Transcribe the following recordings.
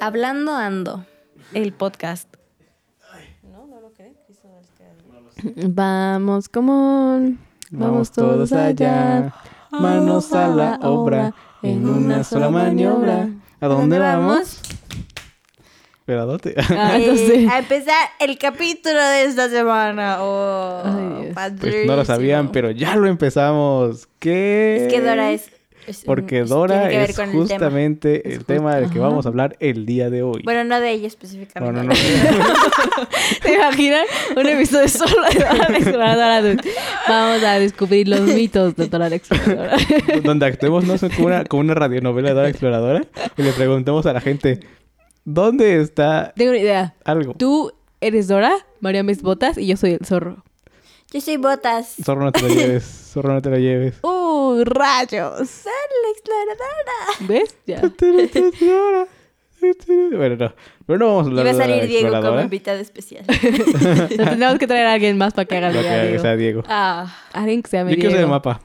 Hablando Ando, el podcast. No, no lo creen. Cristo del Cadillo. Vamos, come on. Vamos todos allá, manos a la obra, en una sola maniobra. ¿A dónde vamos? Esperadote. Ah, Eh, entonces- a empezar el capítulo de esta semana. Oh, Ay, Dios. Pues no lo sabían, pero ya lo empezamos. ¿Qué? Es que Dora es. es- Porque es- Dora tiene que ver es con el tema. justamente Es el just- tema del que Ajá. vamos a hablar el día de hoy. Bueno, no de ella no, específicamente. no, no. ¿Te imaginas un episodio solo de Dora la Exploradora? dude? Vamos a descubrir los mitos de Dora la Exploradora. Donde actuemos no sé, como una, como una radionovela de Dora Exploradora y le preguntamos a la gente, ¿dónde está Tengo una idea. algo? Tú eres Dora, María mis botas y yo soy el zorro. Yo soy Botas. Zorro, no te lo lleves. Zorro, no te lo lleves. ¡Uh, rayos! Dora la exploradora. ¿Ves? Ya. Bueno, no. Pero no vamos a hablar Iba a de Dora la salir Diego como Exploradora. invitado especial. Nos tenemos que traer a alguien más para que haga el Lo que video. sea Diego. Ah, Alguien que sea mi Yo quiero ser el Diego. mapa.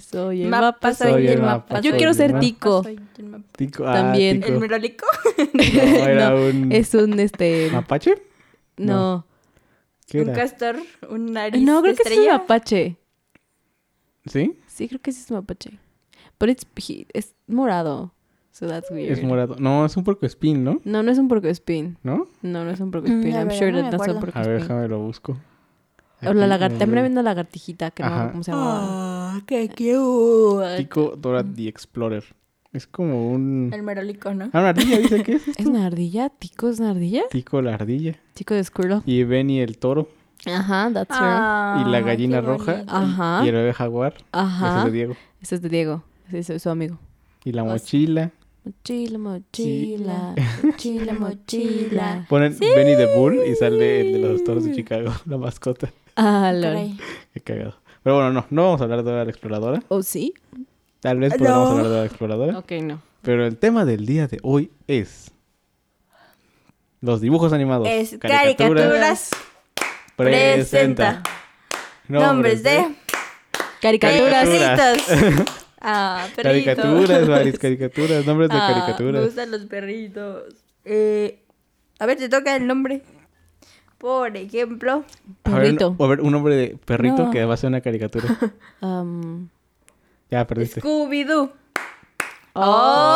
Soy el mapa, mapa. soy, soy el el mapa. mapa, Yo soy quiero el ser mapa. Tico. Soy el mapa. Tico. También. Ah, tico. ¿El merolico? No, era No, un... Es un este. ¿Mapache? No. ¿Qué ¿Un era? castor? ¿Un nariz? de No, creo que sí es un estrella? mapache. ¿Sí? Sí, creo que sí es un mapache. Pero it's- he- es morado. So that's weird. Es morado. No, es un porcoespín, ¿no? No, no es un porcoespín. ¿No? No, no es un Mm, porcoespín. la I'm verdad sure no that me that's a acuerdo. A ver, porcoespín. déjame lo busco. O la Aquí, lagartija. También eh, había una lagartijita que no me acuerdo Ajá. cómo se llamaba. Ah, qué cute. Tico Dora the Explorer. Es como un... El merolico, ¿no? Ah, una ardilla, dice que es. ¿Es una ardilla? ¿Tico es una ardilla? Tico la ardilla. Tico de Squirtle. Y Benny el toro. Ajá, that's her. Ah, y la gallina qué roja. Ah, bonito. Ajá. Y el bebé jaguar. Ese es Ah. Ajá. de Diego. Ese es de Diego. Ese es su amigo. Y la Os- mochila. Mochila, Sí. mochila, mochila, mochila. Ponen Benny the Bull y sale el de los toros de Chicago, la mascota. Ah, lol. Caray. Qué cagado. Pero bueno, no, no vamos a hablar de Dora la exploradora. ¿O Oh, sí? Tal vez podamos No. hablar de Dora la exploradora. Ok, no. Pero el tema del día de hoy es los dibujos animados. Es caricaturas. Presenta. Nombres de Caricaturas. perritos. Ah, perritos. Caricaturas, varias caricaturas, nombres de Ah, Me caricaturas. gustan los perritos. Eh, a ver, te toca el nombre. Por ejemplo, A ver, Perrito. un- A ver, un nombre de perrito No. que va a ser una caricatura. Um, Ya perdiste. Scooby-Doo.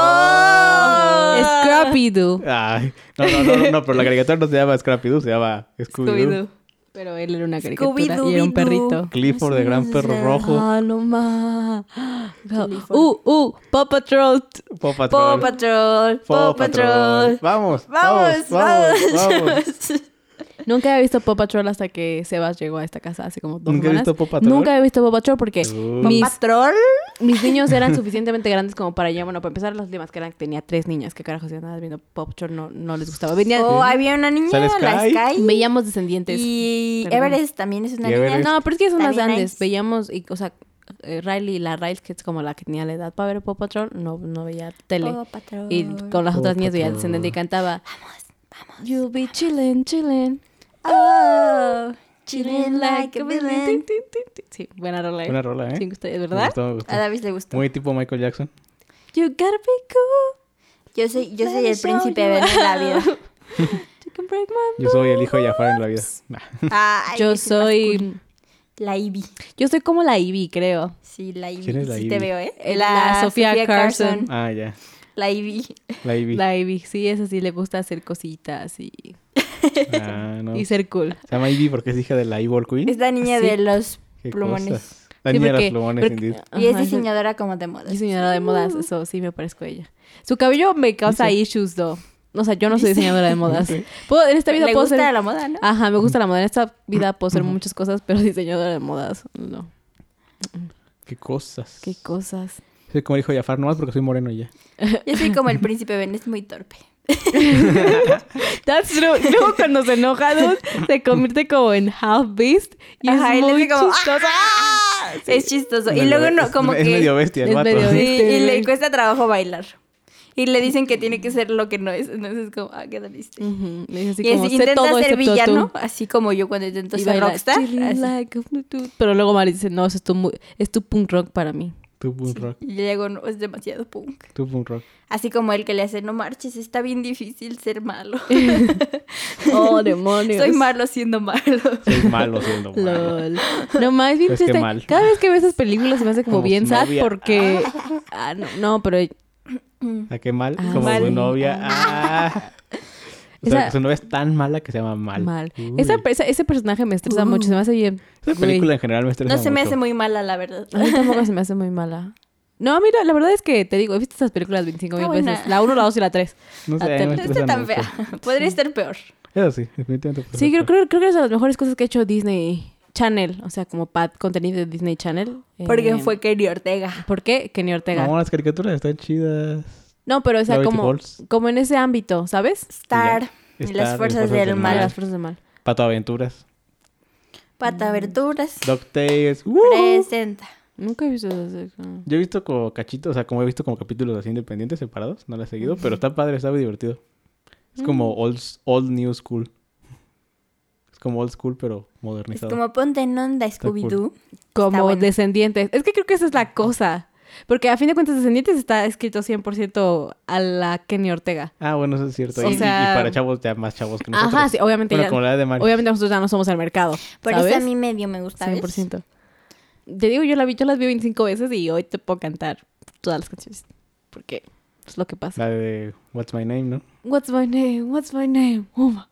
oh. Scrappy-Doo. Ay, no, no, no, no, pero la caricatura no se llama Scrappy Doo, se llama Scooby-Doo. Scooby-Doo. Pero él era una caricatura y era un Scooby-Dooby-Doo. perrito. Clifford, de gran perro rojo. Ah, no más. Clifford. Uh, uh, Paw Patrol. Paw Paw Patrol. Patrol. Paw Patrol. Vamos, Vamos, vamos, vamos, vamos. Nunca había visto Paw Patrol hasta que Sebas llegó a esta casa hace como dos ¿Nunca he semanas. visto Paw Patrol? Uh. Nunca había visto Paw Patrol porque Uy. mis, Patrol. mis niños eran suficientemente grandes como para ya, bueno, para empezar las últimas que eran, tenía tres niñas, que carajos, ya nada, viendo Paw Patrol no, no les gustaba. Venía, O Oh, había una niña, ¿Sale la Sky? Sky. Veíamos descendientes. Y Perdón. Everest también es una Y niña. Everest. No, pero es que son más También grandes. nice. Veíamos, y, o sea, eh, Riley, la Riley, que es como la que tenía la edad para ver Paw Patrol, no, no veía tele. Paw Patrol. y con las Paw otras niñas veía Patrol. descendiente y cantaba, Vamos, vamos. You'll be chillin', chillin'. Oh, Chillin' like a villain. Sí, buena rola. ¿eh? Buena rola, ¿eh? Sí, me gustó, ¿es Me ¿verdad? gustó, me gustó. A David le gustó. Muy tipo Michael Jackson. You gotta be cool. Yo soy, yo Let soy me el show príncipe you. de la vida. You can break my Yo soy el hijo de Jafar en la vida. Nah. Ay, Yo es el más soy... cool. La Ivy. Yo soy como la Ivy, creo. Sí, la Ivy. ¿Quién es la sí Ivy? te veo, ¿eh? La Sofía Carson. Ah, ya. La Ivy. La Ivy. La Ivy, sí, es así, le gusta hacer cositas y, Ah, no. y Se ser cool. llama Ivy porque es hija de la Ivor Queen. Es la niña Sí. de los Qué plumones. cosas. La Sí, niña de porque- los plumones, porque- indeed. ajá, Y es esa- diseñadora como de modas. Diseñadora de modas, eso sí me parezco a ella. Su cabello me causa Dice. issues, though. O sea, yo no soy diseñadora de modas. Dice. Puedo, en esta vida Le puedo gusta Este ser... la moda, ¿no? Ajá, me gusta la moda. En esta vida puedo ser muchas cosas, pero diseñadora de modas, no. Qué cosas. Qué cosas. Soy como el hijo de Jafar, nomás porque soy moreno y ya. Yo soy como el príncipe Ben, es muy torpe. That's true. Luego cuando se enoja, dude, se convierte como en half beast y Ajá, es él muy hace como, chistoso. ¡ah! Es chistoso. Y Medio- luego no, es- como es que... medio bestia el es vato. medio bestia. Sí, Este- y le cuesta trabajo bailar. Y le dicen que tiene que ser lo que no es. Entonces es como, ah, qué triste. Ujú, le dice así y es- como, "Sé intenta todo ser excepto tú". villano, así como yo cuando intento Y ser baila, rockstar. "Chilling así. like a blue dude". Pero luego Mari dice, no, eso es tu, mu- es tu punk rock para mí. Tú punk rock. Y Diego no, es demasiado punk. Tú punk rock. Así como el que le hace no marches, está bien difícil ser malo. Oh, demonios. Soy malo siendo malo. Soy malo siendo malo. LOL. No más bien Pues qué triste. mal. Cada vez que veo esas películas se me hace como, Como bien su sad novia. porque. Ah, no, no, pero. ¿A qué mal? Ah, Como mal. su novia. Ah. O sea, Esa- su novia es tan mala que se llama mal. Mal. Uy. Esa, esa- ese personaje me estresa mucho, se me hace bien. Esa película en general me estresa No se me mucho. hace muy mala, la verdad. Güey, A mí tampoco se me hace muy mala. No, mira, la verdad es que te digo, he visto estas películas 25 mil Está buena. veces. La 1, la 2 y la 3. No sé, Ah, a mí te- no me No está estresa tan mucho. fea. Podría estar peor. Eso sí, definitivamente. Sí, puede ser creo, creo, creo que es de las mejores cosas que ha hecho Disney Channel. O sea, como pat contenido de Disney Channel. Porque Eh, fue Kenny Ortega. ¿Por qué Kenny Ortega? No, No, las caricaturas están chidas. pero o sea, Gravity como, Falls. como en ese ámbito, ¿sabes? Star. Y Y, ya. Star, las fuerzas del, Mal. mal. Las fuerzas de mal. Pato Aventuras. Mm. Pata verduras. DuckTales. ¡uh! Presenta. Nunca he visto esas. no. Yo he visto como cachitos, o sea, como he visto como capítulos así independientes, separados, no lo he seguido, pero está padre, está muy divertido. Es como Mm. old, old new school. Es como old school, pero Es modernizado. como ponte en onda, cool. Scooby-Doo. Como bueno. descendientes. Es que creo que esa es la cosa. Porque a fin de cuentas, descendientes está escrito 100% a la Kenny Ortega. Ah, bueno, eso es cierto. O y, y- y sea- para chavos ya más chavos que nosotros. Ajá, sí, obviamente. Bueno, ya- como la edad de Mario. obviamente nosotros ya no somos el mercado. Por ¿sabes? eso a mí medio me gusta. ¿ves? 100%. Te digo, yo, la vi, yo las vi 25 veces y hoy te puedo cantar todas las canciones. Porque es lo que pasa. La de What's My Name, ¿no? What's my name? What's my name? Uma.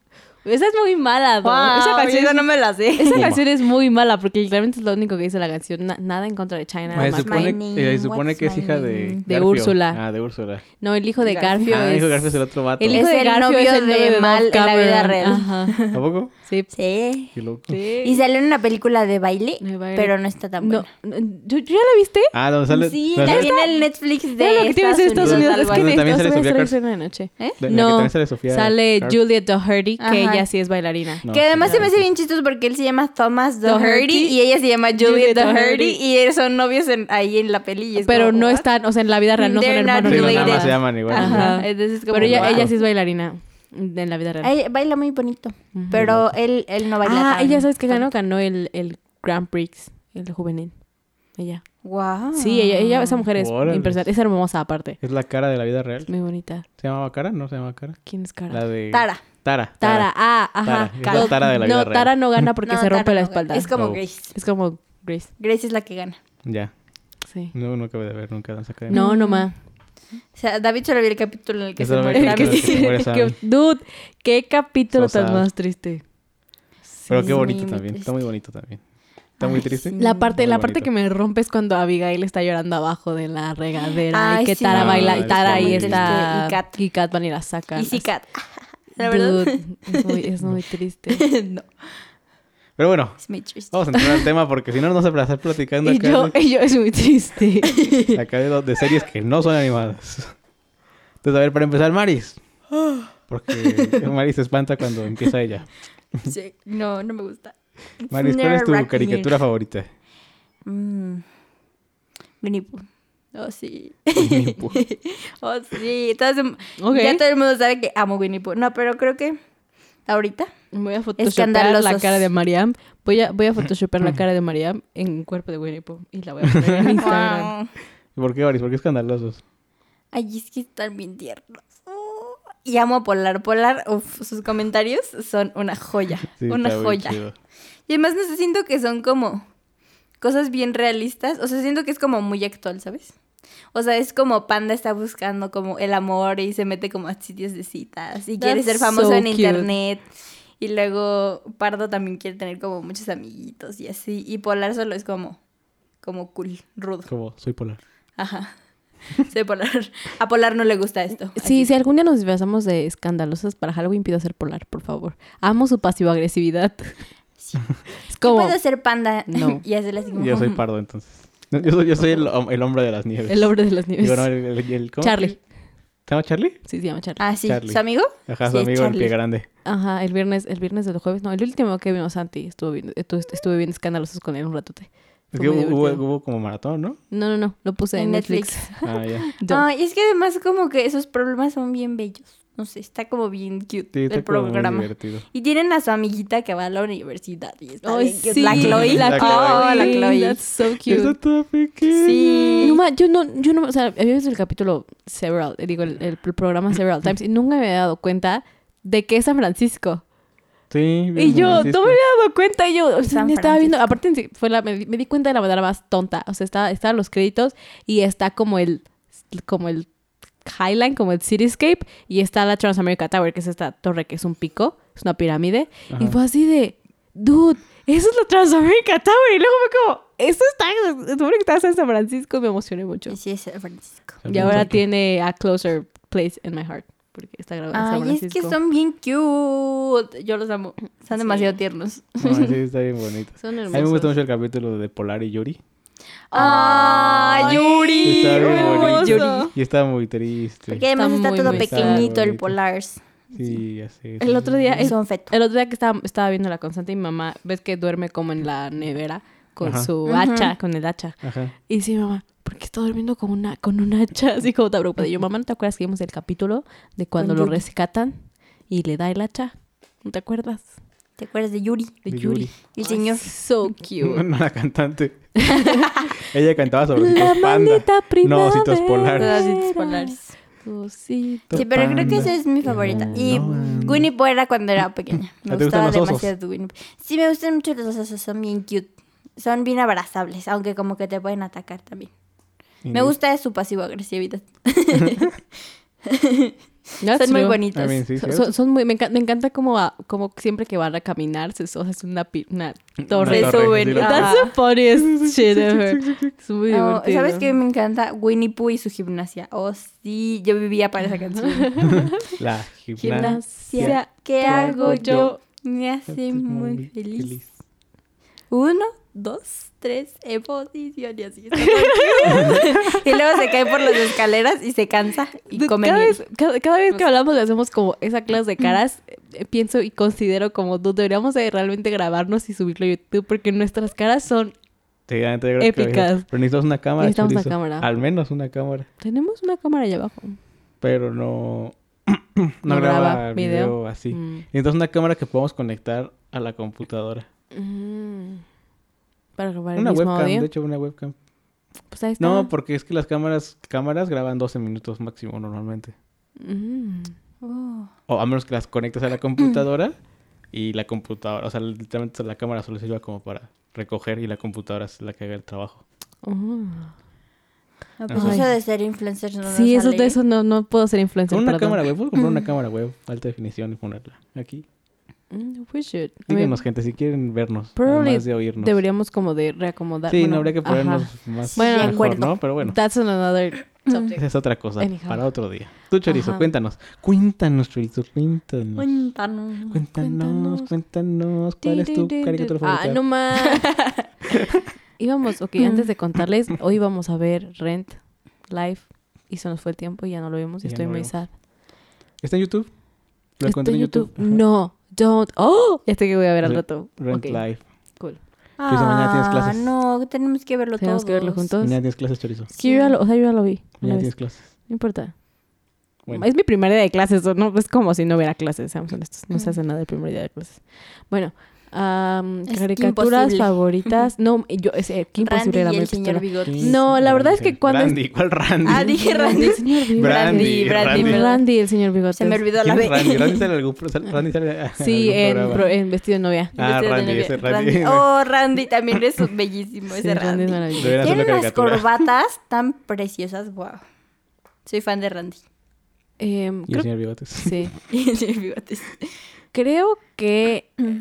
Esa es muy mala, ¿no? Wow, Esa canción yo no me la sé. Esa Puma. canción es muy mala porque literalmente es lo único que dice la canción. Na- nada en contra de China. Ah, se más- my supone, name, eh, se supone what's que es my hija name. de... De Garfio. Úrsula. Ah, de Úrsula. No, el hijo de Garfio. Garfio Ah, es... dijo Garfio es el otro vato. El hijo Es de el Garfio novio es el de novio de Mal Mal en la vida real. Ajá. ¿A poco? Sí. Sí. Qué loco. Sí. Y salió en una película de baile, De baile. pero no está tan No, buena. no, ¿tú- ¿tú ya la viste? Ah, donde sale... Sí, donde sale- también el Netflix de Era lo que te iba a decir Estados Unidos. algo Es que Donde de así. también Estados sale Unidos Sofía sale una noche. ¿Eh? de- en la que No, también sale Sofía sale Carp. Julia Doherty, que Ajá. ella sí es bailarina. No, que además sí, se me no. hace bien chistoso porque él se llama Thomas Doherty Doherty. y ella se llama Juliet Juliet Doherty Doherty. y ellos son novios en- ahí en la peli. y es Pero como, no "What?". están, o sea, en la vida real no son They're not hermanos. Sí, ni no, nada nada. más se llaman igual. Ajá. Entonces es como, Pero ella, "Wow". ella sí es bailarina en la vida real. Ay, baila muy bonito, pero él, él no baila. ah, tan- ella, ¿sabes que ganó? Ganó el, el Grand Prix, el juvenil. Ella. Wow. Sí, ella, ella- esa mujer es Órale. impresionante. Es hermosa, aparte. Es la cara de la vida real. Es muy bonita. ¿Se llamaba cara? No se llamaba cara. ¿Quién es Cara? La de... Tara. Tara. Tara. Ah, ajá. Tara. Es la Tara de la vida no, real. Tara no gana porque No, se rompe Tara la no espalda. gana. Es como Oh. Grace. Es como Grace. Grace es la que gana. Ya. Sí. No, no acabé de ver nunca Danza Academia. No, no Mm. más. O sea, David solo vio el capítulo en el que Yo se solo vi muere el El que David. capítulo. sí- se muere Sammy. que- dude, qué capítulo So tan sad. más triste. Pero Sí, qué bonito muy también. Está triste. muy bonito también. Está muy Ay, triste. sí. La parte, Mm, Muy la parte bonito. que me rompe es cuando Abigail está llorando abajo de la regadera Ay, y que sí. Tara Ah, baila y Tara está ahí muy está triste. Y Kat. y Kat van y la sacan. Y sí, Kat. La verdad. Dude, es muy, es muy triste. no, Pero bueno, es muy triste. vamos a entrar al tema porque si no nos vamos a estar platicando y acá, yo, y yo es muy triste. de- acá de, de series que no son animadas. Entonces, a ver, para empezar, Maris. Porque Maris se espanta cuando empieza ella. Sí, no, no me gusta. Maris, ¿cuál es tu Nerve-wracking. caricatura favorita? Mm. Winnie Pooh. Oh, sí. Winnie Pooh. oh, sí. Entonces, Ok. Ya todo el mundo sabe que amo Winnie Pooh. No, pero creo que ahorita. Voy a photoshopear la Escandalosos. cara de Mariam. Voy a, voy a photoshopear la cara de Mariam en un cuerpo de Winnie Pooh y la voy a poner en Instagram. Wow. ¿Por qué, Maris? ¿Por qué escandalosos? Ay, es que están bien tiernos. Oh. Y amo a Polar. Polar, uf, sus comentarios son una joya. Sí, una está bien joya. chido. Y además no sé, siento que son como cosas bien realistas. O sea, siento que es como muy actual, ¿sabes? O sea, es como Panda está buscando como el amor y se mete como a sitios de citas y quiere That's ser famoso so en cute. internet. Y luego Pardo también quiere tener como muchos amiguitos y así. Y Polar solo es como, como cool, rudo. Como soy polar. Ajá. Soy Polar. A Polar no le gusta esto. Sí, Así. si algún día nos disfrazamos de escandalosas para Halloween, pido ser polar, por favor. Amo su pasivo-agresividad. Es Yo como puedo ser panda. No. y hacerle así como. Yo soy pardo, entonces. No, Yo soy, yo soy el, hom- el hombre de las nieves. el hombre de las nieves. Digo, no, el- el- el- ¿cómo? Charlie. ¿Se llama Charlie? Sí, se llama Charlie. Ah, sí. Charlie. ¿Su amigo? Ajá, su Sí, amigo el Charlie. pie grande. Ajá, el viernes, el viernes del jueves, no, el último que vimos Santi, estuvo bien, estu- estuve bien escandalosos con él un ratote. Es Fue que muy hubo, divertido. hubo como maratón, ¿no? No, no, no, lo puse en, En Netflix. Netflix. Ah, ya. Yo. Ay, es que además como que esos problemas son bien bellos. No sé, está como bien cute Sí, el está como muy programa. divertido. Y tienen a su amiguita que va a la universidad y está Ay, bien cute. sí, La Chloe. La La Chloe. Oh, la Chloe. That's so Está cute. toda pequeña. Sí. No, ma, yo no, yo no, o sea, había visto el capítulo several, eh, digo, el, el programa several times y nunca me había dado cuenta de que es San Francisco. Sí, Y bien yo, Francisco. no me había dado cuenta. Y yo, o sea, San ni estaba Francisco. viendo. Aparte, ni si- fue la, me, me di cuenta de la manera más tonta. O sea, está, estaban los créditos y está como el, como el Highline, como el Cityscape. Y está la Transamerica Tower, que es esta torre que es un pico, es una pirámide. Ajá. Y fue así de, dude, eso es la Transamerica Tower. Y luego fue como, eso está, seguro que estás en San Francisco. Y me emocioné mucho. Y Sí, es San Francisco. San Y ahora Francisco. tiene a closer place in my heart. Porque está grabada en San Ay, es Francisco. que son bien cute. Yo los amo. Son Sí. demasiado tiernos. No, sí, está bien bonito. Son A hermosos. mí me gusta mucho el capítulo de Polar y Yuri. ¡Ay, Yuri! Está bien hermoso. bonito. Yuri. Y está muy triste. Porque además Está está, muy, todo muy pequeñito el bonito. Polars. Sí, así es. El otro día, Es el- un feto. El otro día que estaba, estaba viendo la constante, mi mamá, ves que duerme como en la nevera con Ajá. su Ajá. hacha, con el hacha. Ajá. Y dice mi mamá, ¿por qué está durmiendo con una, con un hacha? Así como tan preocupada. Y Yo, mamá, ¿no te acuerdas que vimos el capítulo de cuando Con lo Yuri. rescatan y le da el hacha? ¿No te acuerdas? ¿Te acuerdas de Yuri? De De Yuri. Yuri. El señor. So cute. No, la cantante. Ella cantaba sobre La ositos panda. maldita primavera. No, ositos polares. Pedacitos Polars. Osito. Sí, pero creo que esa es mi favorita. Y Winnie Pooh era cuando era pequeña. Me Eh, ¿A ti te gustan gustaba los osos? demasiado Winnie Pooh. Sí, me gustan mucho los osos. Son bien cute. Son bien abrazables, aunque como que te pueden atacar también. Me gusta su pasivo-agresividad. That's Son muy true. bonitos. I mean, sí, Son, cierto. son- son muy, me, enca- me encanta como, a- como siempre que van a caminar, se o sea, es una, pi- una torre. torre, suben. sí, la- That's the funniest shit ever. Es muy Oh, divertido. ¿Sabes qué me encanta? Winnie Pooh y su gimnasia. Oh, sí, yo vivía para Ah. esa canción. La gimnasia. Gimnasia. ¿Qué hago hago yo? yo? Me hace muy feliz. Uno, dos, tres, en posición y así. Está muy cute. y luego se cae por las escaleras y se cansa y Dude, come cada, miel. vez, cada, cada vez que hablamos y hacemos como esa clase de caras, eh, pienso y considero como dude, deberíamos de realmente grabarnos y subirlo a YouTube porque nuestras caras son... Sí, la neta, yo creo que- Épicas. Pero necesitamos una cámara. Necesitamos una chorizo. cámara. Al menos una cámara. Tenemos una cámara allá abajo. Pero no. No No graba graba video. video así. Mm. Entonces, una cámara que podamos conectar a la computadora. Mm. Para grabar el Una mismo webcam, audio. de hecho, una webcam. Pues ahí está. No, porque es que las cámaras cámaras graban 12 minutos máximo normalmente. Mm. Oh. O a menos que las conectes a la computadora y la computadora, o sea, literalmente la cámara solo sirve como para recoger y la computadora es la que haga el trabajo. Oh. No, pues Ay. eso de ser influencers no nos Sí, eso, sale, de ¿eh? eso no, no puedo ser influencer, Con una perdón. cámara web, puedo comprar una cámara web, alta definición y ponerla aquí. Mm, we should. I mean, Díganos, gente, si quieren vernos, Probably además de oírnos. Deberíamos como de reacomodar. Sí, bueno, no habría que ajá. ponernos más Sí, de mejor, acuerdo. ¿no? Pero bueno, That's on another subject. esa es otra cosa Anyhow. para otro día. Tú, Chorizo, Ajá. cuéntanos. Cuéntanos, Chorizo, cuéntanos. Cuéntanos. Cuéntanos, cuéntanos, ¿cuál es tu caricatura favorita? Ah, no más. Íbamos, ok, antes Mm. de contarles, hoy íbamos a ver Rent live y se nos fue el tiempo y ya no lo vimos y Ya estoy no muy vimos. sad. ¿Está en YouTube? Está ¿Lo encontré en en YouTube? Ajá. No, don't. Oh, ya sé que voy a ver al Re- rato. Rent Ok, Live. Cool. Pues Chorizo, mañana tienes clases. Ah, no, tenemos que verlo Tenemos todos. que verlo juntos. Mañana tienes clases, Chorizo. Es que yo ya lo, o sea, yo ya lo vi. una Mañana vez. tienes clases. No importa. Bueno. Es mi primer día de clases, o ¿no? Es como si no hubiera clases, seamos honestos. No se hace nada el primer día de clases. Bueno, am, Es que caricaturas imposible. favoritas. No, yo, es, eh, qué Randy imposible era y muy el señor pistola. Bigotes. No, la verdad es que cuando- Randy, ¿cuál Randy? Ah, dije Randy. El señor Bigotes. Brandy, Brandy, Brandy, Randy, perdón. el señor Bigotes. Se me olvidó la ¿Quién B. es Randy? Randy sale en algún pro- sale- Randy sale en Sí, en, algún pro- programa. en vestido de novia. Ah, Vestido de Randy, novia. ese Randy. Oh, Randy también es bellísimo Sí, ese Randy Randy. es maravilloso. Deberían hacer Tiene una unas caricatura. corbatas tan preciosas, wow. Soy fan de Randy. Em, Y el creo, señor Bigotes. sí. Y el bigotes. Creo que... Mm.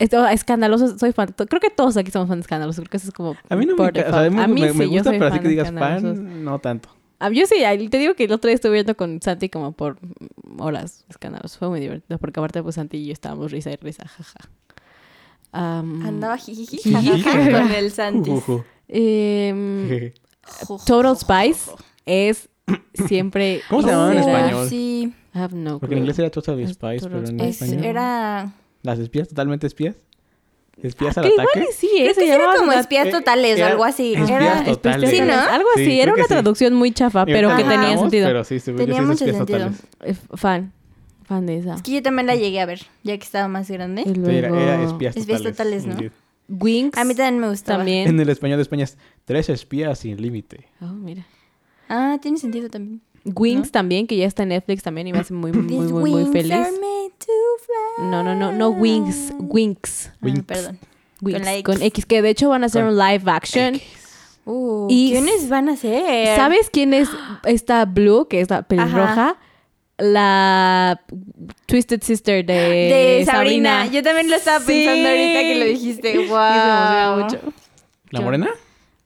Esto, ah, escandaloso, soy fan. to- Creo que todos aquí somos fans de escandalosos. Creo que eso es como. A mí no me por encanta, o default. sea, a mí me, A mí me- me sí, yo gusta, soy pero así que fan de digas escandalosos. fan, no tanto. Ah, yo sí, ahí te digo que el otro día estuve viendo con Santi como por horas escándalos. Fue muy divertido porque aparte pues Santi y yo estábamos risa y risa, jaja. Am, Andaba Ah, jijiji Jijiji. jajaja con el Santis. Ujuju. em, Jeje. Total Spice es siempre... ¿Cómo se llamaba en será- español? Sí, I have no Porque clue. en inglés era Total Es Spice, Total pero en Spice, es- español... era... ¿Las espías? ¿Totalmente espías? ¿Espías al Que igual ataque? y sí, Creo eh, se que sí pues, era llamaba como la- espías eh, totales era o algo así. espías Era... totales. Especiales, Sí, ¿no? Algo así, Sí, era creo una que sí. traducción muy chafa, Ah, pero que Ajá. tenía Empezamos, sentido. Pero sí, según yo, Tenía sí es mucho espías sentido. totales. Eh, Fan. fan de esa. Es que yo también la llegué a ver, ya que estaba más grande. Y luego... Era, era espías Espías totales. totales, ¿no? indeed. Wings. A mí también me gustaba. también. En el español de España es tres espías sin límite. Oh, mira. Ah, tiene sentido también. Wings también, que ya está en Netflix también y me hace muy, muy, These muy, muy wings feliz. are made to fly. No, no, no, no Wings, Wings, Ah, Wings. perdón. Wings. Con Con, la X. X, que de hecho van a hacer Con un live action. Uh, Y- ¿Quiénes van a ser? ¿Sabes quién es esta Blue, que es la pelirroja? La Twisted Sister de, De Sabrina. Yo también lo estaba Sí. pensando ahorita que lo dijiste. Y se me Wow. emociona mucho. ¿La Yo- morena?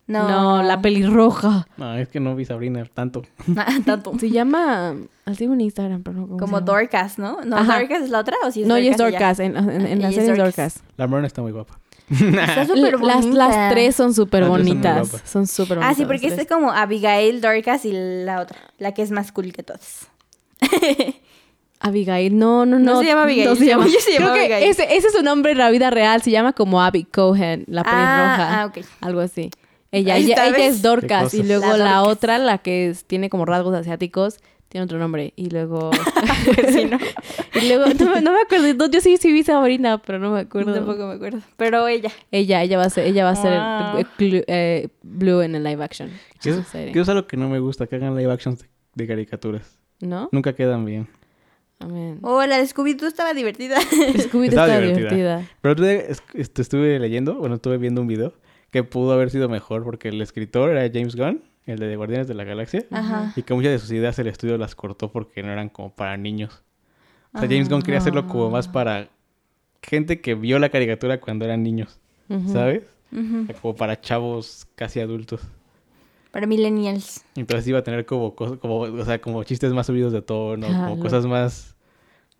No. la pelirroja. No, es que no vi Sabrina tanto. Ah, tanto. Se llama, así un Instagram, pero no sé Como cómo se llama. Dorcas, ¿no? No, Ajá. Dorcas es la otra o si es No, ella es Dorcas Dorcas, en, en- en Ella la es serie es Dorcas. Dorcas. La morena está muy guapa. ella. Está súper las, bonita. las tres son súper Las tres son muy bonitas. guapas. Son súper bonitas. Ah, sí, las porque tres. este es como Abigail, Dorcas y la otra, la que es más cool que todas. Abigail, no, no, no. No se llama Abigail, no se se llama. llama- ella se Creo llama que Abigail. Ese, ese es su nombre en la vida real. Se llama como Abby Cohen, la pelirroja. Ah, ah, ok. Algo así. Ella, Ahí ella, está, ella ¿ves? es Dorcas. Qué Y cosas. luego La la, Dorcas. otra, la que es- tiene como rasgos asiáticos, tiene otro nombre. Y luego. Sí, ¿no? y luego. No, me- no me acuerdo. no, yo sí, sí vi Sabrina, pero no me acuerdo. Tampoco me acuerdo. Pero ella. Ella, ella va a ser, ella va a ser Wow. eh, clu- eh, Blue en el live action. Que eso, Serie. que eso es algo que no me gusta, que hagan live actions de, de caricaturas. ¿No? Nunca quedan bien. Amén. Oh, la de Scooby-Doo estaba divertida. Scooby Estaba está divertida. divertida. Pero otro día es- est- estuve leyendo, bueno, estuve viendo un video que pudo haber sido mejor porque el escritor era James Gunn, el de Guardianes de la Galaxia, Ajá. y que muchas de sus ideas el estudio las cortó porque no eran como para niños. O sea, James Gunn quería hacerlo como más para gente que vio la caricatura cuando eran niños, Ujú. ¿sabes? O Ujú. sea, Como para chavos casi adultos. Para millennials. Entonces iba a tener como, cos- como, o sea, como chistes más subidos de tono, Ajá, como lo- cosas más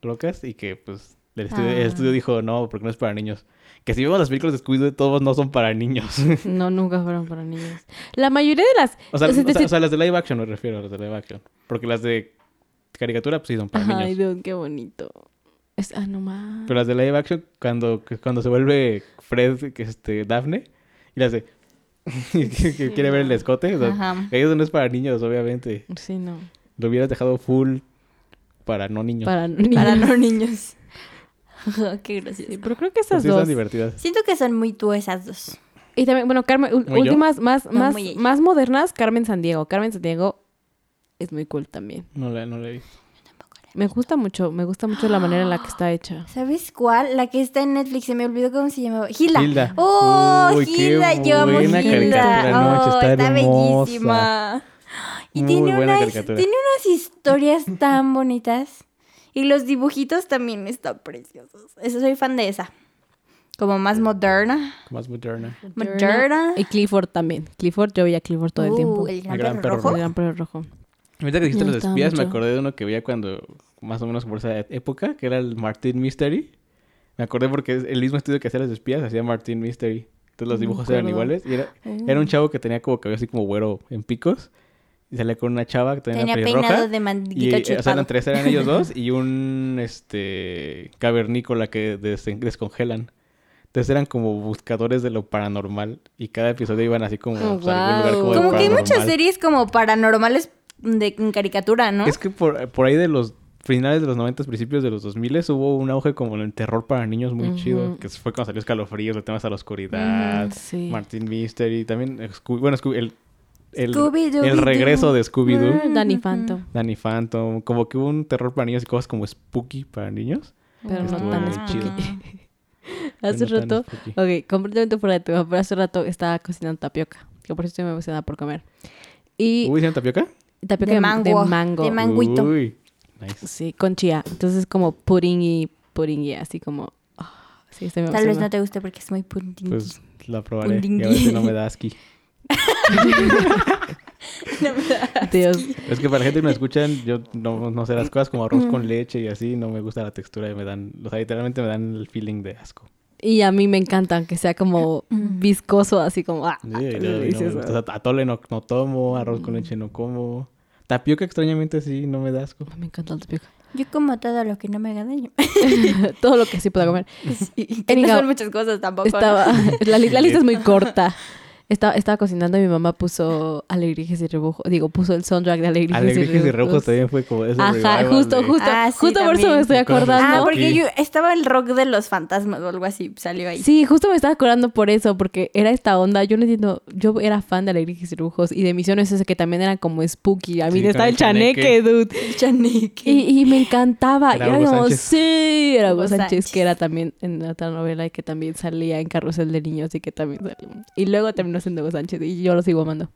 locas y que pues el estudio, el Ah. estudio dijo no, porque no es para niños. Que si vemos las películas de Scooby-Doo, todos no son para niños. No, nunca fueron para niños. La mayoría de las... o, sea, o sea, o te- sea- o sea, las de live action me refiero, las de live action. Porque las de caricatura pues sí son para Ay, niños. Dios, qué bonito. Es, ah, no más. Pero las de live action, cuando, que- cuando se vuelve Fred, que este, Daphne, y las de... que que quiere ver el escote, o sea, Ajá. eso no es para niños, obviamente. Sí, no. Lo hubieras dejado full para no niños. Para niños. Para no niños. Qué gracioso. Sí, pero creo que Pero esas sí dos. están divertidas. Siento que son muy tú esas dos. Y también, bueno, Carmen, ul- ¿Muy yo? últimas, más, No, más, muy ella. más modernas, Carmen Sandiego. Carmen Sandiego es muy cool también. No la, no la vi. Me gusta mucho, me gusta mucho la manera en la que está hecha. ¿Sabes cuál? La que está en Netflix, se me olvidó cómo se llamaba. Gilda. Gilda. ¡Oh, Uy, qué Gilda! Yo amo buena Gilda. caricatura, no, oh, está está, hermosa. bellísima. Y Muy tiene, buena unas, caricatura. tiene unas historias tan bonitas. Y los dibujitos también están preciosos. Eso soy fan de esa. Como más moderna. Más moderna. Moderna. Y Clifford también. Clifford, yo veía a Clifford todo el Uh, tiempo. El gran, El gran perro, perro El rojo. gran perro rojo. Ahorita que dijiste Me los gustaba espías, me mucho. acordé de uno que veía cuando, más o menos por esa e- época, que era el Martin Mystery. Me acordé porque es el mismo estudio que hacía los espías hacía Martin Mystery. Entonces los No me dibujos eran acuerdo. iguales. Y era, Uh. era un chavo que tenía como cabello así como güero en picos. Y salía con una chava que tenía, Tenía una pelirroja. peinado de Y, manguito eh, o sea, chupado. eran tres, eran ellos dos y un este cavernícola que des- descongelan. Entonces eran como buscadores de lo paranormal y cada episodio iban así como Oh, pues, a algún lugar wow. como, de Como que hay muchas paranormal. series como paranormales de, en caricatura, ¿no? Es que por, por ahí de los finales de los 90, principios de los 2000 hubo un auge como en el terror para niños muy chido, Ujú. que fue cuando salió Escalofríos, de temas a la oscuridad, Ujú, sí. Martin Mystery, también Scoo- bueno, Scoo- el, el, Scooby-Dooby-Doo. el regreso de Scooby-Doo. Danny Phantom. Danny Phantom, como que hubo un terror para niños y cosas como spooky para niños. Pero no Estuvo tan muy spooky. pero Hace no tan rato spooky. Ok, completamente fuera de tema, pero hace rato estaba cocinando tapioca, que por eso estoy muy emocionada por comer. Y ¿Uy, hicieron tapioca? tapioca De de mango, mango. De mango. de man- Manguito. Uy, nice. sí, con chía. Entonces como pudding y pudding y así como... ah, sí, estoy muy Tal vez no emocionada. te guste porque es muy puntinqui. Pues la probaré. Un Y a ver si dingui. no me da asqui. Dios. Es que para la gente que me escuchan, yo no, no sé las cosas como arroz con leche y así, no me gusta la textura y me dan, o sea, literalmente me dan el feeling de asco. Y a mí me encanta que sea como Mm. viscoso, así como... ah, Sí, no, no, no me delicioso. Mm. gusta. O sea, atole no, no tomo, arroz con leche no como. Tapioca extrañamente sí, no me da asco. Me encanta la tapioca. Yo como todo lo que no me haga daño. Todo lo que sí pueda comer. Y que no Anyhow, son muchas cosas tampoco. ¿no? Estaba... La, li- la lista es muy corta. Estaba, estaba cocinando y mi mamá puso Alegrijes y Rebujos. Digo, puso el soundtrack de Alegrijes, Alegrijes y Rojos también fue como ese Ajá, revival justo, de- justo. Ah, sí, justo por eso también. me estoy Ah, acordando. Claro. porque Sí. yo estaba el rock de los fantasmas o algo así, salió ahí. Sí, justo me estaba acordando por eso, porque era esta onda. Yo no entiendo. Yo era fan de Alegrijes y Rebujos y de Misiones ese que también eran como spooky. A mí Sí, me estaba con el el chaneque. chaneque, dude. El chaneque. Y, y me encantaba. Era Yo Hugo como, Sánchez. sí, era Hugo Hugo Sánchez, Sánchez. que era también en otra novela y que también salía en Carrusel de Niños y que también salía. Y luego terminó siendo Hugo Sánchez y yo lo sigo amando.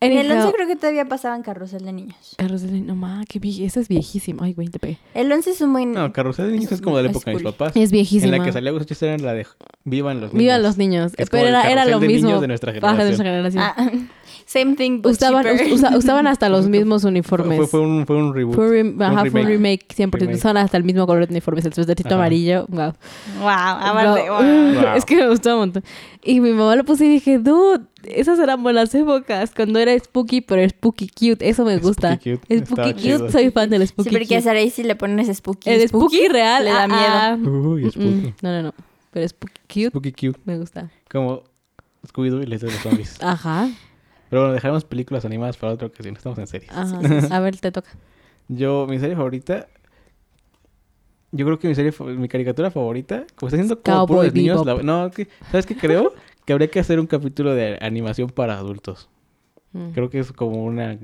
en el Anyhow, 11 creo que todavía pasaban carrusel de niños. Carrusel de Niños, no ma, qué vie- esa es viejísima. Ay, güey, te pegué. El 11 es un buen... No, Carrusel de Niños es como de la Es época de mis cool. papás. Es En viejísima. la que salía Hugo Sánchez era la de Vivan los Niños. Viva los niños. Es como Pero el era, era Carrusel lo de mismo. niños de nuestra Ajá, de nuestra generación. Ah, pues same thing, but usaban, cheaper. us- usa- usaban hasta los mismos uniformes. Fue, fue un, fue un reboot. Fue un rem- ajá, fue un remake. remake 100%. Remake. Usaban hasta el mismo color de uniformes, el suétercito Ajá. amarillo. Wow. Wow, aparte, Wow. wow. Wow. Es que me gustó un montón. Y mi mamá lo puse y dije, dude, esas eran buenas épocas. Cuando era spooky, pero spooky cute. Eso me Spooky gusta. Spooky cute. cute. Estaba chido. Soy fan del spooky Sí, porque a cute. Sarai si le pones spooky. El spooky real le da ah, miedo. ah, Uy, mm, spooky. mm. No, no, no. Pero spooky cute Spooky cute. me gusta. Como Scooby-Doo y la historia de los zombies. Ajá. Pero bueno, dejaremos películas animadas para otra ocasión. Estamos en series. ajá. A ver, te toca. Yo, mi serie favorita. Yo creo que mi serie, fa- mi caricatura favorita, como está siendo como puro Cowboy de niños, la- Bebop. no, es que- ¿sabes qué creo? que habría que hacer un capítulo de animación para adultos. Mm. Creo que es como una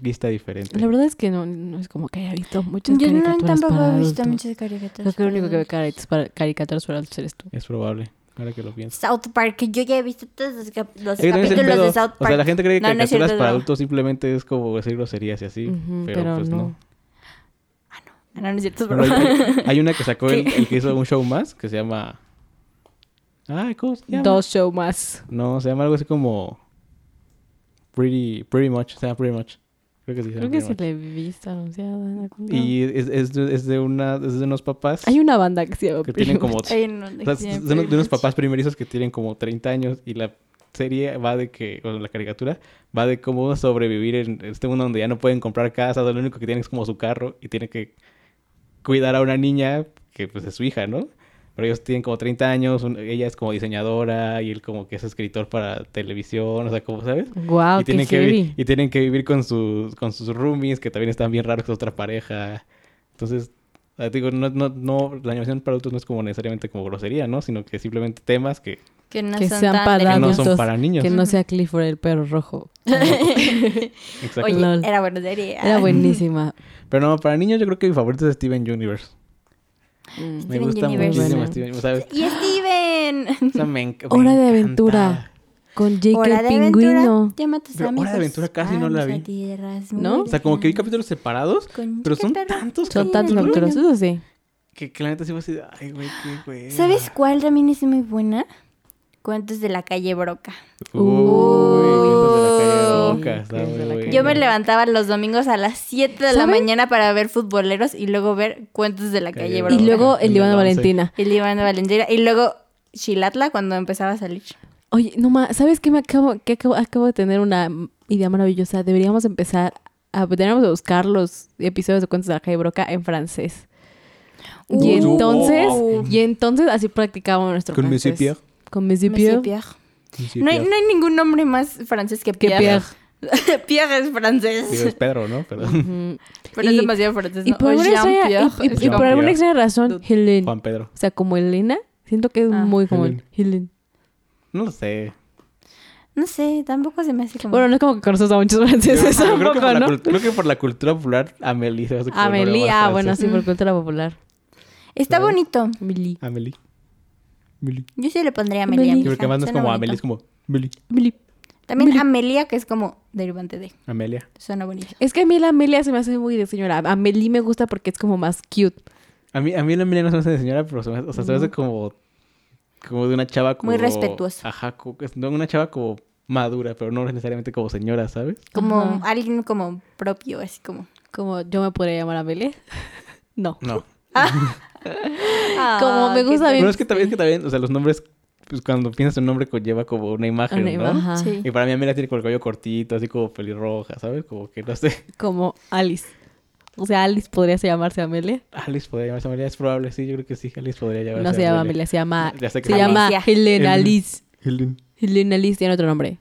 lista diferente. La verdad es que no, no es como que haya visto muchas Yo no, caricaturas tampoco para he visto adultos. muchas Creo caricaturas. que lo único que para ve cari- para- caricaturas para adultos eres tú. Es probable, ahora que lo pienso. South Park, que yo ya he visto todos los, cap- los Es que también es el capítulos pedo. de South Park. O sea, la gente cree que No, no es caricaturas cierto, para no. adultos simplemente es como decir groserías y así, Ujú, pero, pero pues no. no. Ah, no, no es cierto, es Pero hay, broma. hay una que sacó el, el que hizo un show más que se llama... Ay, ¿cómo se llama? Dos show más. No, se llama algo así como Pretty, pretty Much, se llama Pretty Much. Creo que sí, se llama Creo que Pretty sí Much. le he visto anunciada en algún lado. Y es, es de, es de una, es de unos papás Hay una banda que se llama que tienen como... Ay, no, no o sea, es son cierto, de unos es- papás primerizos que tienen como 30 años y la serie va de que, o la caricatura, va de cómo sobrevivir en este mundo donde ya no pueden comprar casa, lo único que tienen es como su carro y tienen que cuidar a una niña que pues es su hija, ¿no? Pero ellos tienen como 30 años, un- ella es como diseñadora y él como que es escritor para televisión, o sea, como, ¿sabes? Wow, y, tienen que vi- y tienen que vivir con sus, con sus roomies, que también están bien raros, que es otra pareja. Entonces, ah, digo, no, no, no, la animación para adultos no es como necesariamente como grosería, ¿no? Sino que simplemente temas que, Que no que son sean tan para que no lejanos. adultos, son para niños. Que no sea Clifford el perro rojo. Exacto. Oye, Lol. era buena serie. Ah. Era buenísima. Pero no, para niños yo creo que mi favorito es Steven Universe. Mm. Me Steven gusta Universe. muchísimo Bueno. Steven Universe. ¿sabes? Y Steven. O sea, me enc- me Hora de encanta. aventura. Con Jake Hora el de pingüino. aventura. Llama a tus Pero Hora de amigos, Aventura casi no la vamos a vi. tierras ¿No? muy O sea, como que vi lejanas. capítulos separados, Con pero son chica perra. tantos Son tantos capítulos capítulos, eso sí. que, que la neta sí fue así de, ay, güey, qué güey. ¿Sabes cuál también es muy buena? Cuentos de la calle Broca. Uy, Uy. Cuentos de la calle Roca, está Cuentos de la muy calle Yo me Broca. bueno. levantaba los domingos a las 7 de la ¿Saben? mañana para ver futboleros y luego ver Cuentos de la Calle calle Broca. Broca. Y luego El el Iván del once. Valentina. El Iván de Valentina. Y luego Chilatla cuando empezaba a salir. Oye, no más, ¿sabes qué me acabo, que acabo, acabo de tener una idea maravillosa? Deberíamos empezar a, deberíamos de buscar los episodios de Cuentos de la Calle Broca en francés. Y Uh. entonces, Uh. y entonces así practicamos nuestro Con francés. Monsieur Pierre. Con Monsieur Monsieur Pierre. Pierre. Monsieur No hay, Pierre. no hay ningún nombre más francés que Que Pierre. Pierre. Pierre es francés. Sí, es Pedro, ¿no? Pero- Ujú. Pero es Y- demasiado francés. Y ¿no? por O alguna extraña, Jean-Pierre. y- y- y por Jean-Pierre. alguna extraña razón, Helen. Juan Pedro. O sea, como Elena, siento que es Ah. muy común. Helen. No lo sé. No sé, tampoco se me hace como. Bueno, no es como que conoces a muchos franceses Yo creo, que tampoco, por la ¿no? cult- creo que por la cultura popular, Amelie se hace como el nombre Amelie, más ah, francés. bueno, sí, Mm. por cultura popular. Está ¿sabes? bonito. Amelie. Amelie. Amelie. Yo sí le pondría Amelia. Amelie. Sí, porque además no es como Amelia. Amelie, es como Amelie. Amelie. También Amelie. Amelia, que es como derivante de. Amelia. Suena bonito. Es que a mí la Amelia se me hace muy de señora. Amelie me gusta porque es como más cute. A mí, a mí la Amelia no se me hace de señora, pero se me hace, o sea, se me hace como, como de una chava como... Muy respetuosa. Ajá, como que es- no, una chava como madura, pero no necesariamente como señora, ¿sabes? Como Ajá. alguien como propio, así como. Como yo me podría llamar Amelia. No. No. Como me qué tierno. gusta bien- Pero es que también, es que también, o sea, los nombres, pues cuando piensas en un nombre conlleva como una imagen, Una ¿no? imagen. Ajá. Sí. Y para mí Amelia tiene como el cabello cortito, así como pelirroja, ¿sabes? Como que no sé. Como Alice. O sea, Alice podría llamarse Amelia. Alice podría llamarse Amelia, es probable, sí, yo creo que sí, Alice podría llamarse No se llama Amelia, se llama. Ya sé que Se no. Em. llama Alicia. Helen Helen. Alice. Helen. Y Lina Liz tiene otro nombre.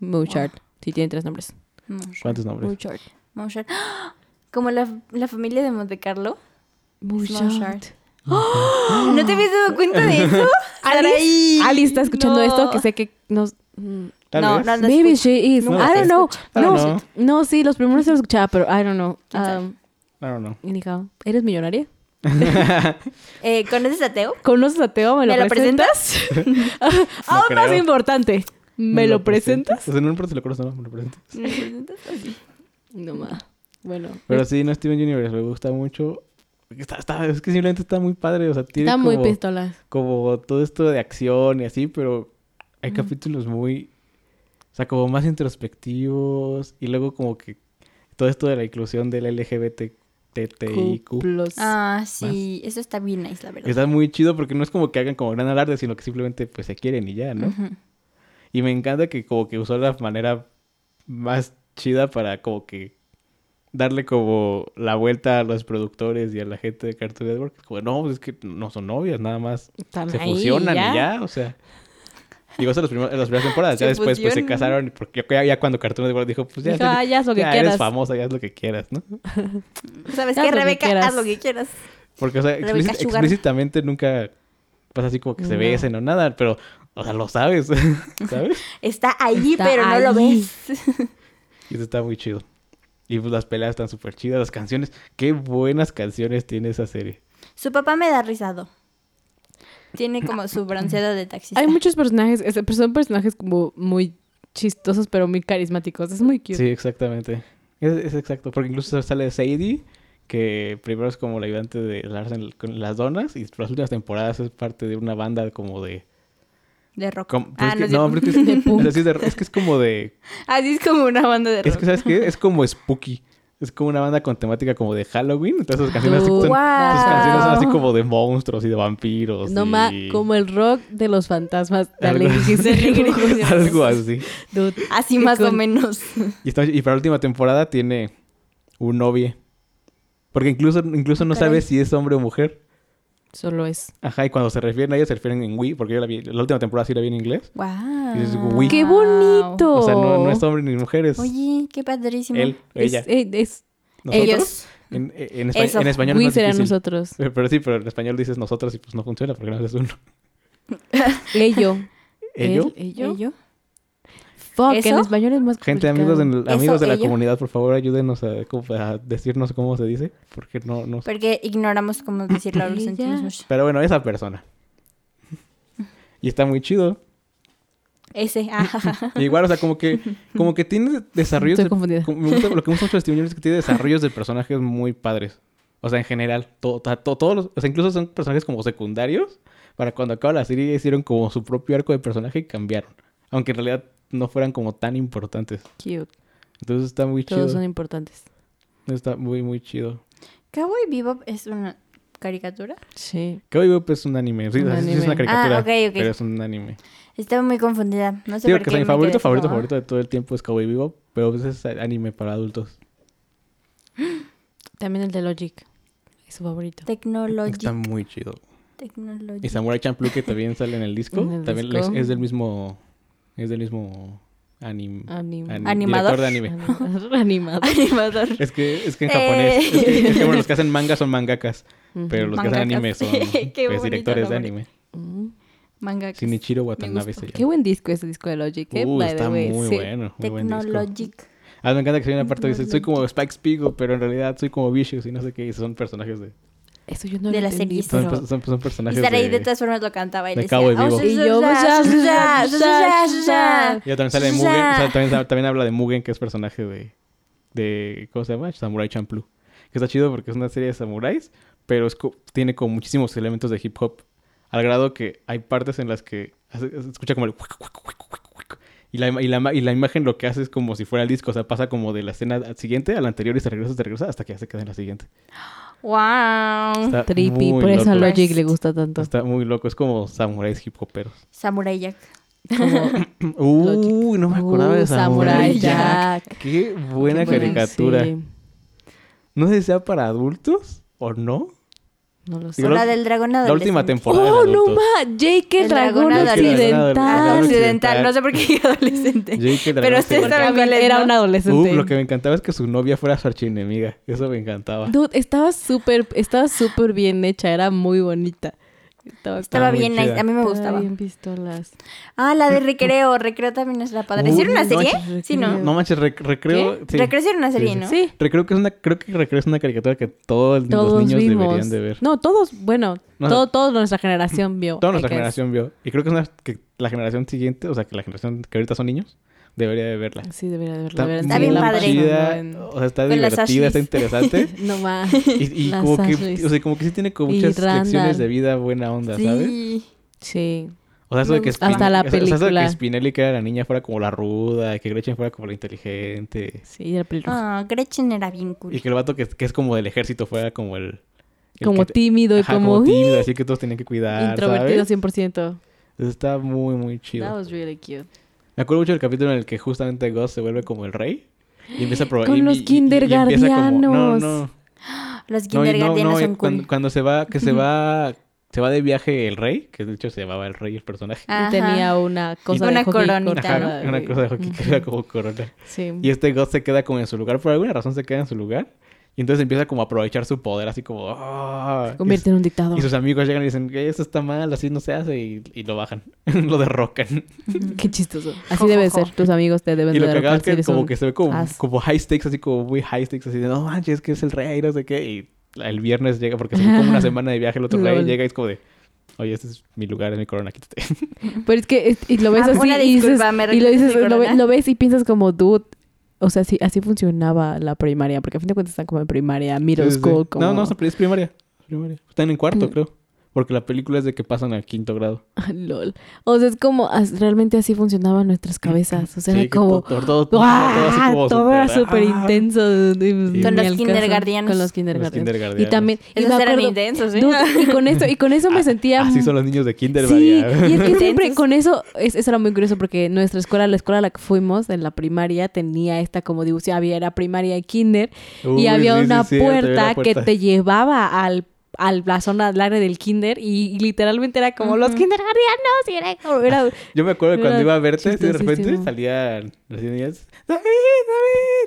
Mouchard. Sí, tiene tres nombres. Mouchard. ¿Cuántos nombres? Mouchard. Mouchard. ¡Ah! Como la, la familia de Monte Carlo. Mouchard. ¿No te habías dado cuenta de eso? Alice, Alice está escuchando No. esto que sé que nos... mm, Tal No, vez. no, no. Maybe escucha. she is. No Ah, I la don't know. I don't No, no, sí, los primeros se los escuchaba, pero I don't know. ¿Quién sabe? Um, I don't know. anyhow, ¿eres millonaria? Eh, ¿Conoces a Teo? ¿Conoces a Teo? ¿Me lo, ¿Me lo presentas? Aún más creo. importante. ¿Me lo presentas? O sea, no me presentas, lo conozco, no, me lo presentas. ¿Me lo presentas? Ok. No más. Bueno. Pero sí, no Steven Universe, me gusta mucho. Está, está- es que simplemente está muy padre, o sea, tiene Está muy como, pistolas. como todo esto de acción y así, pero hay capítulos muy, o sea, como más introspectivos y luego como que todo esto de la inclusión del LGBTTIQ. Cuplos. Ah, sí. Eso está bien nice, la verdad. Está muy chido porque no es como que hagan como gran alarde, sino que simplemente pues se quieren y ya, ¿no? Ujú. Y me encanta que como que usó la manera más chida para como que darle como la vuelta a los productores y a la gente de Cartoon Network. Como, no, pues es que no son novias, nada más Están se ahí, fusionan y ya, o sea. Digo, eso en las primeras, en las primeras temporadas. ya Se después pues se fusionan. casaron. Porque ya, ya cuando Cartoon Network dijo, pues ya, Dijo, "Ah, ya haz lo que ya quieras". eres famosa, ya es lo que quieras, ¿no? ¿Sabes Haz qué, lo que Rebeca? quieras. Haz lo que quieras. Porque, o sea, Rebeca explícit- Sugar. explícitamente nunca pasa así como que se No. besen o nada, pero, o sea, lo sabes, ¿sabes? Está allí, Está pero no lo ahí. ves. Y eso está muy chido. Y pues las peleas están súper chidas, las canciones. Qué buenas canciones tiene esa serie. Su papá me da risado. Tiene como su bronceado de taxista. Hay muchos personajes, es- pero son personajes como muy chistosos, pero muy carismáticos. Es muy cute. Sí, exactamente. Es, es exacto, porque incluso sale Sadie, que primero es como la ayudante de Larsen con las donas, y por las últimas temporadas es parte de una banda como de... de rock. como- pero ah, es no, que- es cierto. no, pero es que es- o sea, sí es de- es que es como de Así es como una banda de rock. Es que, ¿sabes qué? Es como spooky. Es como una banda con temática como de Halloween. Entonces, sus canciones, son, Wow. sus canciones son así como de monstruos y de vampiros. No más, y- como el rock de los fantasmas de Algo Alexis así. Enríquez. Algo así. Dude, Así Qué más o cool. menos. Y, está- y para la última temporada tiene un novio. Porque incluso, incluso no Caray. sabes si es hombre o mujer. Solo es. Ajá, y cuando se refieren a ella se refieren en Wii, porque yo la vi, la última temporada sí la vi en inglés. Wow. Dices, "Uy". ¡Qué bonito! O sea, no, no es hombre ni mujer, es Oye, qué padrísimo. Pues, él, Es- ella. eh, es- nosotros. Ellos. En, en espa- Eso. en español Wii no es será difícil. nosotros. Eh, Pero sí, pero en español dices nosotros y pues no funciona porque no es uno. Ello. ¿Ello? Él, ello. Ello. Fuck, ¿Eso? en español es más Gente, complicado. amigos, del- amigos de la ello? comunidad, por favor, ayúdenos a, como a decirnos cómo se dice, porque no, no... Porque ignoramos cómo decirlo, lo Ella. sentimos mucho. Pero bueno, esa persona. Y está muy chido. Ese, ah. ajá. Y igual, o sea, como que, como que tiene desarrollos... Estoy de- confundida. como- me gusta- lo que me gusta mucho de Steven Universe es que tiene desarrollos de personajes muy padres. O sea, en general, todo, ta- to- todos los- o sea, incluso son personajes como secundarios. Para cuando acaba la serie hicieron como su propio arco de personaje y cambiaron. Aunque en realidad no fueran como tan importantes. Cute. Entonces está muy Todos chido. son importantes. Está muy, muy chido. Cowboy Bebop es una caricatura. Sí. Cowboy Bebop es pues, un anime. Sí, Un o sea, sí es anime. una caricatura. Ah, ok, ok. Pero es un anime. Estaba muy confundida. No sé Digo por qué. que o sea, mi me favorito, quedé favorito, como, ah. favorito de todo el tiempo es Cowboy Bebop. Pero pues es anime para adultos. También el de Logic. Es su favorito. Está Technology. muy chido. Technology. Y Samurai Champloo, que también sale en el disco. En el también disco. Es, es del mismo... Es del mismo... Anime. Anim- Animador. Director de anime. Animador. Animador. Animador. Es que, es que en Eh. japonés... Es que, es que, bueno, los que hacen manga son mangakas. Pero los Mangakas. que hacen anime son Qué pues, bonito directores de nombre. anime. Mm. Manga. Shinichiro Watanabe se Qué llama. buen disco ese disco de Logic, ¿eh? Uh, By the está way, muy sí. bueno. Muy buen disco. Technologic. Ah, me encanta que se viene una parte que dice, soy como Spike Spiegel, pero en realidad soy como Vicious y no sé qué. y son personajes de... Eso yo no De lo la entendí, serie. Son, pero- son- son- son Y personajes Saraí de de... todas formas lo cantaba y de decía, Cowboy "Oh, Bebop". sí, Y sí, yo, sí, ya, sí, ya, sí, ya, sí, ya, sí, ya. sí, sí". Y también sale de Ya. Mugen. o sea, también, también habla de Mugen, que es personaje de... de ¿Cómo se llama? Samurai Champloo. Que está chido porque es una serie de samuráis, pero es co- tiene como muchísimos elementos de hip hop. Al grado que hay partes en las que hace- se escucha como el... huic, huic, huic, huic, huic, Y la, ima- y, la, ima- y la imagen lo que hace es como si fuera el disco. O sea, pasa como de la escena siguiente a la anterior y se regresa, se regresa hasta que ya se queda en la siguiente. Wow. Está Mm, Trippy, muy por eso a loco. Logic le gusta tanto. Está muy loco, es como samuráis hip hoperos. Samurai Jack. Como- Uy, no me acordaba de Uh, Samurai Samurai Jack. Jack. Qué buena Bueno, caricatura. sí. No sé si sea para adultos o no, No lo sé. Digo, la la- del dragón La última adolescente. temporada. de oh, no adultos. ma. Jake el El dragón dragón adolescente. Ah, accidental. sí. Occidental, no sé por qué dije adolescente. Jake el Pero dragón ustedes occidental. saben Porque cuál es, era ¿no? un adolescente. Uh, lo que me encantaba es que su novia fuera su archienemiga. Eso me encantaba. Dude, estaba súper, estaba súper bien hecha, era muy bonita. Estaba, Estaba muy bien chida. nice, a mí me estaba gustaba. bien pistolas. Ah, la de Recreo, Recreo también es la padre. Uy, ¿Hicieron una no serie? manches, sí, ¿no? Recreo. No manches, rec- recreo. sí. Recreo sí era una serie, Sí, sí, ¿no? Sí, Recreo que es una, creo que Recreo es una caricatura que todos los todos niños vimos. deberían de ver. No, todos, bueno, No, todo, toda nuestra generación vio. Toda nuestra I guess. generación vio. Y creo que es una que la generación siguiente, o sea, que la generación que ahorita son niños, debería de verla. Sí, debería de verla. Está, debería Está de bien verla. muy padre. chida, No, no, o sea, está Con las divertida, está Ashleys. interesante. en- No más. Y, y Las como que, Ashleys. o sea, como que sí tiene como Y muchas Randall. lecciones de vida buena onda, ¿sabes? Sí. Sí. O sea, eso de que Hasta la o sea, eso de película. que Spinelli que era la niña fuera como la ruda, y que Gretchen fuera como la inteligente. Sí, era pelirroja. Ah, Gretchen era bien cool. Y que el vato que, que es como del ejército fuera como el... el como que te- tímido y ajá, como, uh, tímido, así que todos tenían que cuidar, introvertido ¿sabes? 100%. Eso está muy, muy That chido. was really cute. Me acuerdo mucho del capítulo en el que justamente Gus se vuelve como el rey. Y empieza a probar... Con y- los y- y- y empieza como- No, kindergartenos. no. Los No, y no, kindergartenos no, y son cool. cuando, cuando se va, que se va, se va de viaje el rey, que de hecho se llamaba el rey el personaje. Ah, Ajá. Y tenía una cosa de Una hockey coronita, cortada, Ajá, una güey. cosa de hockey que era como corona. Sí. Y este God se queda como en su lugar, por alguna razón se queda en su lugar. Y entonces empieza como a aprovechar su poder, así como... "Ah", Se convierte y, en un sus- dictador. y sus amigos llegan y dicen, "Eh, eso está mal, así no se hace, y, y lo bajan, lo derrocan. Qué chistoso. Jo, Así jo, debe jo. ser. Tus amigos te deben Y de lo que derrotar acaba es si que eres como un que se ve como, as. como high stakes, así como muy high stakes, así de no manches, que es el rey, no sé qué. Y el viernes llega, porque se fue como una semana de viaje el otro rey, Lol. llega y es como de, oye, este es mi lugar, es mi corona, quítate. Pero es que es- y lo ves Ah, así una y dices- disculpa, me y lo regresas dices, mi lo, ve- corona. lo ves y piensas como dude. O sea, sí, así funcionaba la primaria, porque a fin de cuentas están como en primaria, middle Sí, sí, sí. school, como... No, no, es pri- es primaria. es primaria. Están en cuarto, Mm. creo. Porque la película es de que pasan al quinto grado. Lol. O sea, es como as- realmente así funcionaban nuestras cabezas. O sea, Sí, era que como... Todo, todo, todo, todo así ¡Ah! como Todo era súper, súper ah, intenso. Sí. Con Con los kindergartenos. Con los los kindergartenos. kindergartenos. Y también... Y me Esos eran acuerdo- intensos, ¿eh? Dude, y con eso, y con eso me Ah, sentía... Así son los niños de kinder, Sí, vaya. y es que siempre Intensos. con eso, es- eso era muy curioso porque nuestra escuela, la escuela a la que fuimos en la primaria, tenía esta como dibujo, había era primaria y kinder Uy, y había sí, sí, una, sí, había puerta una que puerta. te llevaba al al la zona al área del kinder y, literalmente era como los Ujú. kindergartenos y era como era Yo me acuerdo de cuando Era iba a verte, así de repente chistosísimo. salían las niñas. ¡David,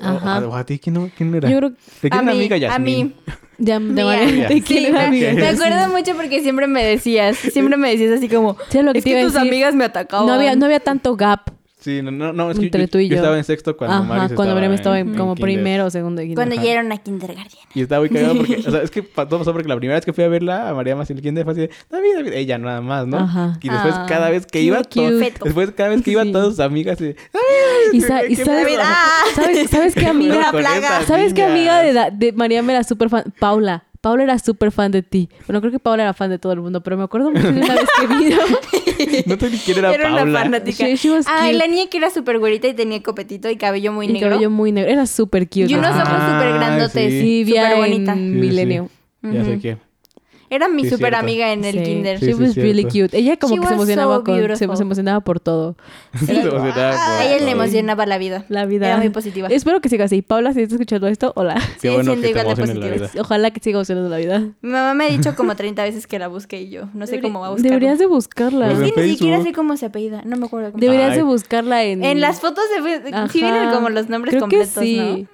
David! Ajá. O- o a ti, ¿quién, no- quién era? yo creo ¿De quién a era mí, amiga a mí. Yasmín? ya de Mía. manera de Sí, quién era me, amiga. me acuerdo mucho porque siempre me decías, siempre me decías así como, Sí, era lo que es te que iba a tus decir. amigas me atacaban. no había no había tanto gap Sí, no, no, no, es que Entre yo, tú y yo. yo estaba en sexto cuando Ajá, Maris cuando Mariam estaba en, como kinder. primero o segundo de kinder. Cuando Ajá. ya era una kindergarten. Y estaba muy cagado porque, o sea, es que pa- todo pasó porque la primera vez que fui a verla a María Maciel Kinder fue así de, David, David, ella nada más, ¿no? Ajá. Y después Ah, cada vez que qué iba, cute. todo- después cada vez que iba Sí. todas sus amigas, así de, y, sa- y Qué sabes, David, ¡ah! sabes sabes qué amiga Una Con plaga. esas ¿Sabes qué niñas. amiga de, da- de Mariam era súper fan? Paula. Paula era súper fan de ti. Bueno, creo que Paula era fan de todo el mundo, pero me acuerdo mucho de una vez que vino. No sé ni quién era, Era Paula. una fanática. She- she was ah, cute. la niña que era súper güerita y tenía copetito y cabello muy y negro. cabello muy negro. Era súper cute. Y unos ojos Ah, súper grandotes. sí. sí, vivía súper en bonita. sí. Milenio. Ya sé Ujú. quién. Era mi Sí, súper cierto. amiga en el Sí. kinder. Sí, She sí, was cierto. really cute. Ella como She que was se emocionaba, so con- se, beautiful. se emocionaba por todo. Se emocionaba por- A ella le por- emocionaba la vida. La vida. Era muy positiva. Espero que siga así. Paula, si estás escuchando esto, hola. Qué Sigue bueno siendo que te igual de emocionen la positiva. vida. Ojalá que siga usando la vida. Mi mamá me ha dicho como 30 veces que la busque y yo no sé cómo va a buscar. Deberías de buscarla. Pues Es de- que ni siquiera Facebook. sé cómo se apellida. No me acuerdo cómo. Deberías de Ay. buscarla en... En las fotos se ve- sí vienen Ajá. como los nombres Creo que completos, sí.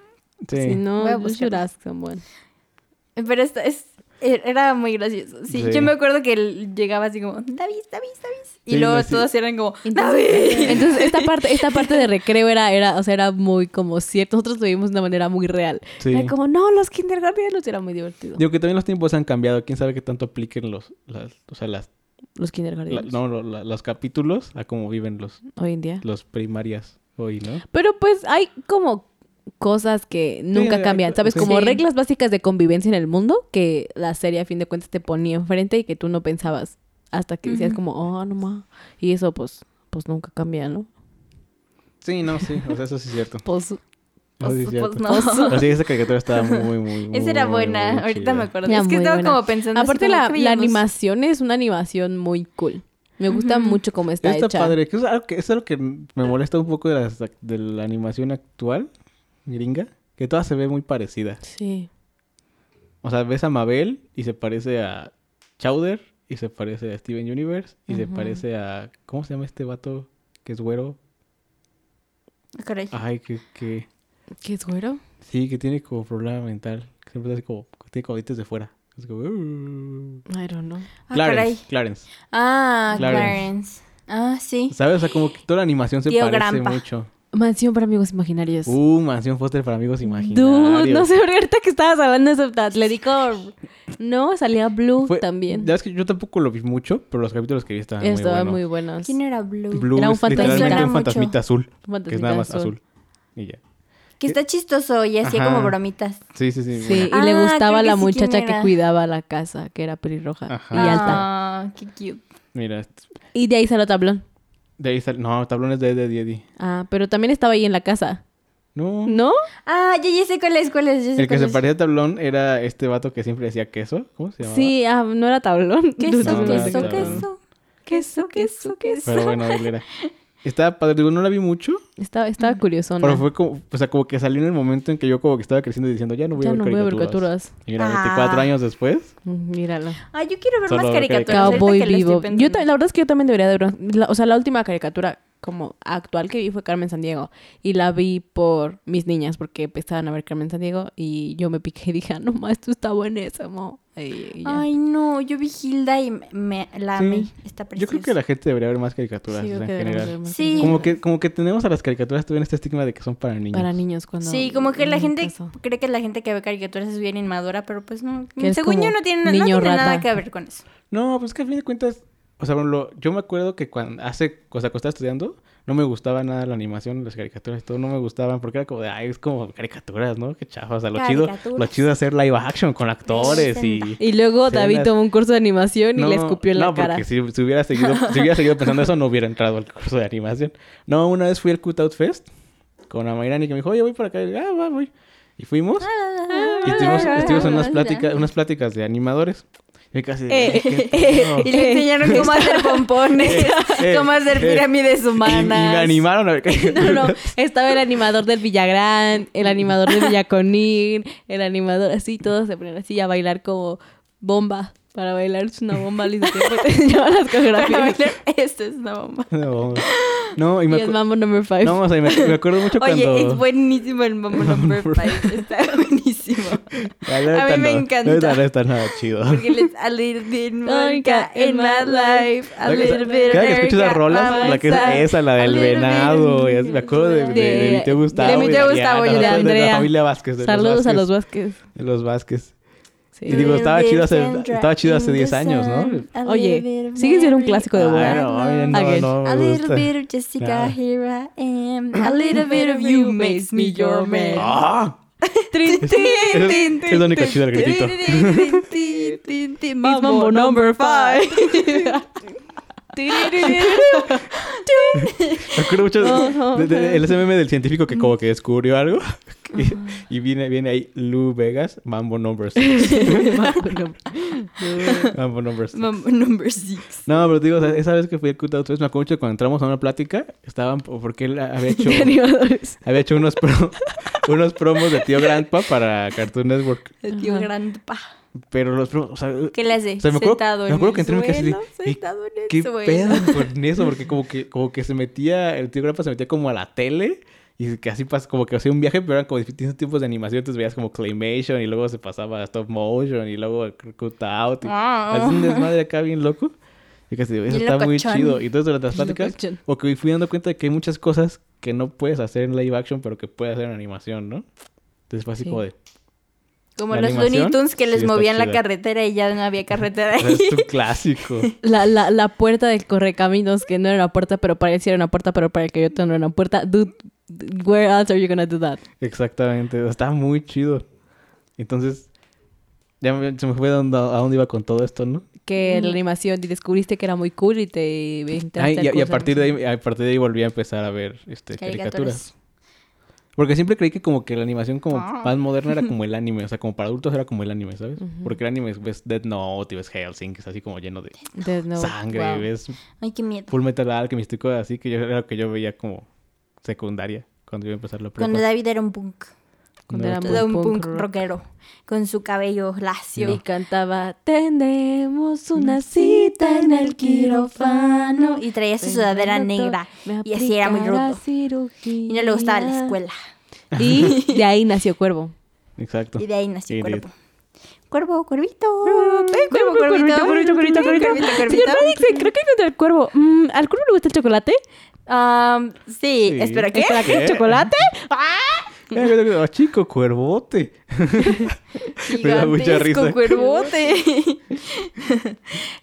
Sí. Si no, Voy a you should buscarla. ask someone. ¿no? Pero esta es er, era muy gracioso. Sí, Sí. yo me acuerdo que él llegaba así como, David, David, David. Y Sí, luego no, sí. todos eran como, Entonces, eh, David. entonces, esta parte, esta parte de recreo era, era, o sea, era muy como cierto. Nosotros lo vimos de una manera muy real. Sí. Era como, no, los kindergartenos era muy divertido. Digo que también los tiempos han cambiado. ¿Quién sabe qué tanto apliquen los, las, o sea, las, los la- kindergartenos no, lo- la- los capítulos a cómo viven los, hoy en día. los primarias hoy, ¿no? Pero pues hay como cosas que nunca hay cambian, co- ¿sabes? sí. Como Sí. reglas básicas de convivencia en el mundo que la serie a fin de cuentas te ponía enfrente y que tú no pensabas hasta que decías Ujú. como, oh, no ma. Y eso pues, pues nunca cambia, ¿no? Sí, no, sí. O sea, eso sí es cierto. Pues Eso sí es Pues, cierto. pues, no. Así esa caricatura estaba muy, muy, muy Esa era muy, buena. muy Ahorita chida. me acuerdo. Era es que muy estaba buena. como pensando. así Aparte como, ¿qué la, la veíamos? animación es una animación muy cool. Me gusta Ujú. mucho cómo está, Está hecha. padre. que es, algo que es algo que me molesta un poco de, las- de la animación actual, gringa, que toda se ve muy parecida. Sí. O sea, ves a Mabel y se parece a Chowder y se parece a Steven Universe y se Ujú. parece a... ¿Cómo se llama este vato que es güero? Ah, Caray. Ay, que... que... ¿Qué es güero? Sí, que tiene como problema mental. que Siempre hace como... que Tiene como dientes de fuera. Es como... "Uh". I don't know. Ah, caray. Clarence, Clarence. Ah, Clarence. Clarence. Ah, sí. ¿Sabes? O sea, como que toda la animación se Tío parece Grampa. mucho. Mansión para amigos imaginarios. Uh, Mansión Foster para amigos imaginarios. Dude, no sé, ahorita que estabas hablando de eso, Atlético. No, salía Blue Fue- también. Ya es que yo tampoco lo vi mucho, pero los capítulos que vi estaban Estaba muy muy buenos. buenos. ¿Quién era Blue? Blue Era un es literalmente fantasmita. un fantasmita azul, que es Fantasmita nada más Azul. azul. Y ya. Que está chistoso y hacía Ajá. como bromitas. Sí, sí, sí. Sí, bueno. y le Ah, gustaba creo que la sí, ¿quién muchacha que era? cuidaba la casa, que era pelirroja Ajá. y alta. Ah, qué cute. Mira, est- Y de ahí salió Tablón. de ahí sal... No, tablones de de Eddie. Ah, pero también estaba ahí en la casa, No. ¿no? Ah, ya, ya sé cuál es, cuál es. ya sé El que cuál se es. parecía a Tablón era este vato que siempre decía queso. ¿Cómo se llamaba? Sí, ah, no era Tablón. Queso, No, no era queso, tan- queso. queso, queso, queso. Pero bueno, él era. Estaba padre, digo, no la vi mucho, Estaba, estaba curiosona. pero fue como, o sea, como que salió en el momento en que yo como que estaba creciendo y diciendo, ya no voy ya a ver no veo caricaturas. caricaturas. Y mira, 24 Ah. años después, Mm, Míralo. Ah, yo quiero ver Solo más ver caricaturas. ahorita Cowboy que lo estoy Vivo. Yo pensando. ta- la verdad es que yo también debería de ver. la- o sea, la última caricatura como actual que vi fue Carmen San Diego. Y la vi por mis niñas, porque empezaban a ver Carmen San Diego. Y yo me piqué y dije, ah, no más, esto está buenísimo. Y- y ya. Ay, no, yo vi Hilda y me, la Sí. amé. Está preciosa. yo creo que la gente debería ver más caricaturas Sí, o creo sea, que en deberíamos general. ver más Sí. películas. Como que, como que tenemos a las caricaturas todavía este estigma de que son para niños. Para niños cuando... Sí, como que la en gente caso. cree que la gente que ve caricaturas es bien inmadura, pero pues no. Que es Según yo como no tiene, no niño tiene rata. nada que ver con eso. No, pues que a fin de cuentas, o sea, por ejemplo, yo me acuerdo que cuando hace, o sea, cuando estaba estudiando, no me gustaba nada la animación, las caricaturas y todo, no me gustaban porque era como de, ay, es como caricaturas, ¿no? Qué chafa, o sea, lo chido, lo Caricaturas. chido es hacer live action con actores y... Y luego Se ven David las- tomó un curso de animación y le escupió en la no, cara. porque si, si hubiera seguido, si hubiera seguido pensando eso, no hubiera entrado al curso de animación. No, una vez fui al Cutout Fest con Amairani que me dijo, oye, voy para acá. Y yo, ah, va, voy. Y fuimos. Y estuvimos, Ah. estuvimos en unas pláticas, unas pláticas de animadores. Y casi, Eh, ¿qué eh, pedo? Y le enseñaron cómo hacer pompones, eh, cómo hacer eh. pirámides Y- y me humanas. animaron a ver qué- No, no, estaba el animador del Villagrán, el animador de Villaconín, el animador así, todos se ponían así a bailar como bomba. Para bailar es una bomba, al mismo tiempo te enseñaban las Para coreografías. bailar, esto es una bomba. No, no, y me, Y el acu- mambo number five. no, o sea, me, me acuerdo mucho cuando... Oye, es buenísimo el Mambo Number Five. Está buenísimo. La neta, a mí me no. encanta. La neta No está nada chido. Porque les a little bit Monka in my life. A Cada que- little bit Cada que escucho esas Erika on rolas, my la que es side. esa, la A del little bit venado, y así me acuerdo de, de, de, De- mi tío de Gustavo. mi y tío de Gustavo y de Ariana, De Andrea. la familia Vázquez. de los Saludos a Vázquez, los Vázquez. De los Vázquez. Sí. Y digo, estaba Little chido hace- Sandra estaba chido hace in 10 the años, ¿no? sun, a Oye, little bit sigue siendo un Mary clásico de on Bowie. Ay, my no, oye, love. Again. no, no A me little gusta. bit of Jessica, Nada. here I am. A little bit of you makes me your man. ¡Ah! Trin, tin, Es- tin, es lo único tin, chido del tin, gritito. tin, tin, tin, tin, Mambo, Mambo number five. Me acuerdo mucho Ajá, de, de- de- ajá. el SMM del científico que como que descubrió algo. Y, y viene, viene ahí Lou Vegas, Mambo Numbers. Mambo number- No. Mambo Numbers. Mambo Number Six. No, pero te digo, o sea, esa vez que fui al Cutout Fest, me acuerdo mucho cuando entramos a una plática, estaban, porque él había hecho, De animadores. había hecho unos, pro- unos promos de Tío Grandpa para Cartoon Network. El tío Ajá. Grandpa. Pero los promos, o sea, ¿Qué le hace? O sea, me acuerdo- sentado me en acuerdo que el entré en mi suelo, casa y dije, "Ey, sentado en el ¿qué suelo. pedo con eso? Porque como que, como que se metía, el Tío Grandpa se metía como a la tele. Y que así pas- como que hacía un viaje, pero eran como distintos tipos de animación. Entonces veías como Claymation y luego se pasaba a Stop Motion y luego a Cutout. Y... Ah. así un desmadre acá bien loco. Y que así digo, eso Bien está muy locochón. chido. Y entonces durante las pláticas, Locochón. porque me fui dando cuenta de que hay muchas cosas que no puedes hacer en live action, pero que puedes hacer en animación, ¿no? Entonces fue así Sí. como de, Como La los animación, Looney Tunes que sí les está movían la chida. carretera y ya no había carretera "O sea, ahí. es un clásico. La, la, la puerta del correcaminos, que no era una puerta, pero parecía una puerta, pero para el coyote no era una puerta. Dude, where else are you gonna do that? Exactamente, está muy chido. Entonces, ya me- se me fue dando- a dónde iba con todo esto, ¿no? Que la Mm. animación, y descubriste que era muy cool y te inventaste Ah, y, el y a curso. partir de ahí, a partir de ahí volví a empezar a ver este, caricaturas. Caricaturas. Porque siempre creí que como que la animación como Ah. más moderna era como el anime, o sea, como para adultos era como el anime, ¿sabes? Ujú. Porque el anime es- ves Dead Note y ves Hellsing, es así como lleno de There's no- sangre, wow. y ves Ay, qué miedo. Full Metal Alchemist y cosas así, que yo era lo que yo veía como secundaria cuando iba a empezar la prepa. Cuando David era un punk. Cuando No, era todo muy Todo un punk punk rock. rockero. Con su cabello lacio. Y cantaba, tenemos una cita en el quirófano. Y traía Pues, su sudadera negra. Y así era muy rudo. Y no le gustaba la escuela. Y de ahí nació Cuervo. Exacto. Y de ahí nació Y de- Cuervo. Cuervo, cuervito. Eh, Ah, Cuervo, cuervito, cuervito, cuervito, cuervito. Señor cuervito. Radix, creo que encontré el cuervo. Mm, ¿Al cuervo le gusta el chocolate? Um, sí, Sí. espera, ¿qué? ¿Espera qué? ¿Qué? ¿Chocolate? ¡Ah! Mira, mira, mira, chico, cuervote. Me da mucha Gigantesco risa. cuervote.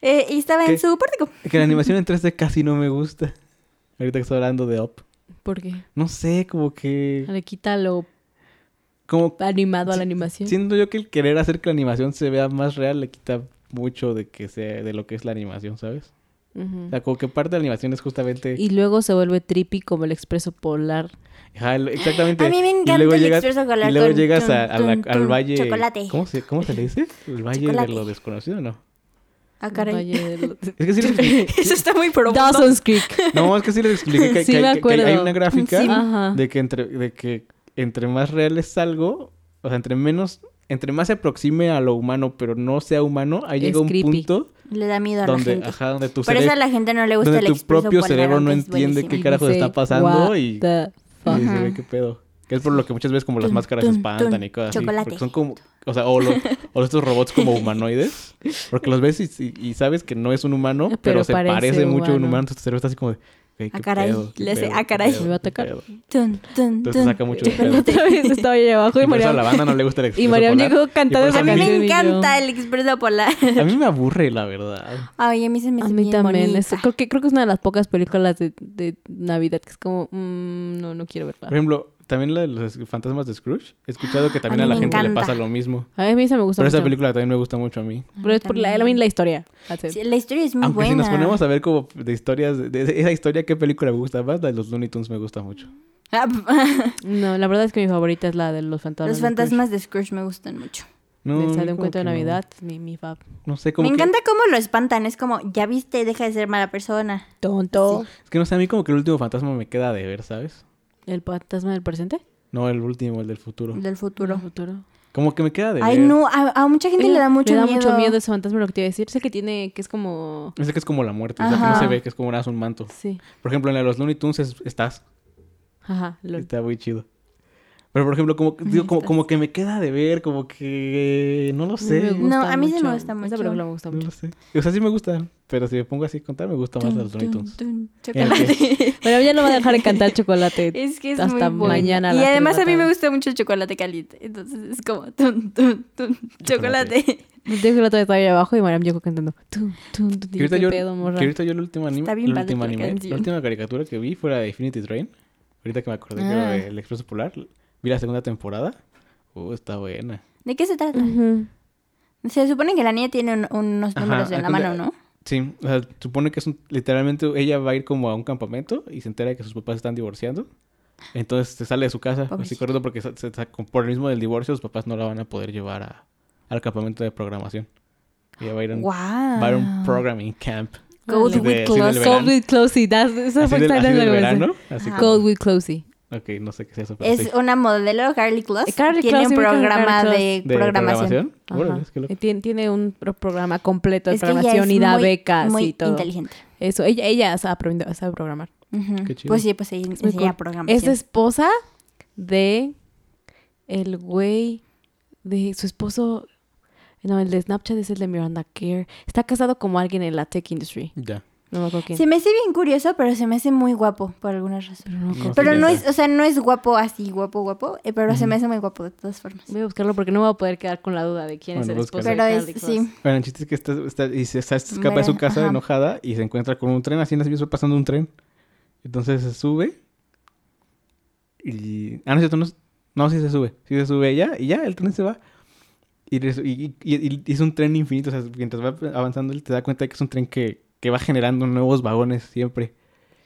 Eh, y estaba en ¿Qué? su pórtico. Que la animación en 3D casi no me gusta. Ahorita que estoy hablando de Up. ¿Por qué? No sé, como que... Le quita lo Como animado a la animación. siento yo que el querer hacer que la animación se vea más real le quita mucho de que sea de lo que es la animación, ¿sabes? Ujú. O sea, como que parte de la animación es justamente... Y luego se vuelve trippy como el expreso polar. Ajá, lo- exactamente. A mí me Y encanta luego el llegas- expreso polar Y luego con llegas tun, a- a la- tun, al tun, valle... chocolate. ¿Cómo se, ¿Cómo se le dice? El valle Chocolate. de lo desconocido, ¿no? Ah, Valle del- Es que sí les expliqué... Eso está muy profundo. Dawson's Creek. No, es que sí les expliqué que, Sí que me hay- que- que hay acuerdo. una gráfica Sí. Ajá. de, que entre, de que entre más real es algo, o sea, entre menos... Entre más se aproxime a lo humano, pero no sea humano, ahí Es llega un creepy. punto Le da miedo a la donde, gente. ajá, donde Ah, Por tu eso a cerebro... la gente no le gusta el donde tu expreso propio polar, cerebro no aunque es entiende buenísimo. qué carajo está Dice, pasando "What y- the fuck". Y se Ajá. ve qué pedo. Que es por lo que muchas veces como las Tun, máscaras tun, espantan tun, y cosas así. chocolate. Porque son como... O sea, o, lo- o estos robots como humanoides. Porque los ves y, y- y sabes que no es un humano, Pero pero, se parece parece, mucho a un humano. humano. Entonces tu cerebro está así como de... "Güey, Ah, qué caray. pedo, qué Le hace, pedo, ah, qué caray. pedo, Me va a qué atacar. pedo". Tun, tun, Entonces tun. saca mucho de pedo. Chocolate. Otra vez estaba yo abajo Y y por eso a la María. banda no le gusta el Y expreso María polar. llegó cantando Y esa por A mí canción. eso me y yo- encanta el expreso polar. A mí me aburre, la verdad. Ay, a mí se me A hace mí bien también. bonita. Es, creo, que, creo que es una de las pocas películas de, de Navidad que es como, mm, no, no quiero verla. Por ejemplo, también la de los fantasmas de Scrooge. He escuchado que también a, mí la me gente le encanta. pasa lo mismo. A mí esa me gusta Pero esa mucho. película también me gusta mucho a mí. Pero es por la, a mí la historia. Así. Ah, Sí, la historia es muy Aunque buena. si nos ponemos a ver como de historias, de, de esa historia, ¿qué película me gusta más? La de los Looney Tunes me gusta mucho. Ah, p- No, la verdad es que mi favorita es la de los fantasmas. Los de Scrooge. fantasmas de Scrooge me gustan mucho. No, Esa de un como cuento de que no. Navidad, mi, mi fab. No, sé, Me como que, encanta cómo lo espantan. Es como, ya viste, deja de ser mala persona. Tonto. Es que no sé, a mí como que el último fantasma me queda de ver, ¿sabes? ¿El fantasma del presente? No, el último, el del futuro. Del futuro. ¿El futuro? Como que me queda de Ay, ver. no, a, a mucha gente le da mucho Me da miedo. mucho miedo ese fantasma, lo que te iba a decir. Sé que tiene, que es como... Es que es como la muerte, o sea, que no Ajá. se ve, que es como nada, es un manto. Sí. Por ejemplo, en la de los Looney Tunes es- estás, Ajá. lol. está muy chido. Pero por ejemplo, como, digo, como, como que me queda de ver, como que... No lo Me sé. gusta No, a mí sí me gusta Esa mucho. película me gusta No mucho. lo sé. O sea, sí me gusta, pero si me pongo así a contar, me gusta este más la de los Looney Tun, Tunes. tun, tun, En el que- chocolate. Bueno, ya no va a dejar de cantar chocolate. Es que es Hasta muy bueno. mañana a Y las además a tres de la mí me tarde. gusta mucho el chocolate caliente. Entonces es como tun, tun, tun, Chocolate. chocolate. No tengo que la otra estaba ahí abajo y Mariam llegó cantando. Tum, tum, tum, Que y yo, ahorita, ¿Qué yo, pedo, morra? que ahorita yo el último anime, Está bien el padre último la anime, la canción. última caricatura que vi fue la de Infinity Train. Ahorita que me acordé que era Ah. de El Expreso Polar, vi la segunda temporada. Uh, está buena. ¿De qué se trata? Ujú. Se supone que la niña tiene un- unos Ajá, números en la mano, cuenta- ¿no? Sí, o sea, supone que es un, literalmente ella va a ir como a un campamento y se entera de que sus papás están divorciando. Entonces se sale de su casa, así Pobrecita. corriendo porque se- se- se- por el mismo del divorcio sus papás no la van a poder llevar a- al campamento de programación. Ella va a ir a un, Wow. va a ir a un programming camp. Cold Así de- with así del Close. Cold with Closey. that's- Esa Así fue del, así exactamente del lo que pensé. verano. Así Ajá. como- Cold with Closey. Ok, no sé qué sea eso. pero sí. Es una modelo, Carly Close. Carly tiene Eh, Close, un sí, ubico a Carly programa Close. de, programación. Ajá. Órale, es que loco. Y tiene, tiene un pro- programa completo de Es que ella programación es y da muy- becas muy y Ah, todo. inteligente. Eso, ella, ella sabe, aprender- sabe programar. Ujú. Qué chido. Pues sí, pues ella Es muy enseña cool. programación. Es esposa de el güey de su esposo. No, el de Snapchat es el de Miranda Kerr. Está casado como alguien en la tech industry. Ya. No me acuerdo quién. Se me hace bien curioso, pero se me hace muy guapo por alguna razón. Pero no me acuerdo No sé Pero quién no sea. es, o sea, no es guapo así, guapo, guapo, eh, pero se me hace muy guapo de todas formas. Voy a buscarlo porque no me voy a poder quedar con la duda de quién Bueno, es el esposo. búscalo. de Pero es, Carly Close. sí. Bueno, el chiste es que está, está- y se, está- se escapa de su Mira, casa ajá. enojada y se encuentra con un tren. Así en las vías va pasando un tren. Entonces se sube. Y. Ah, no es cierto, no. es- No, sí se sube. Sí se sube ella y ya el tren se va. Y, res- y- y- y es un tren infinito. O sea, mientras va avanzando, él te da cuenta de que es un tren que, que va generando nuevos vagones siempre.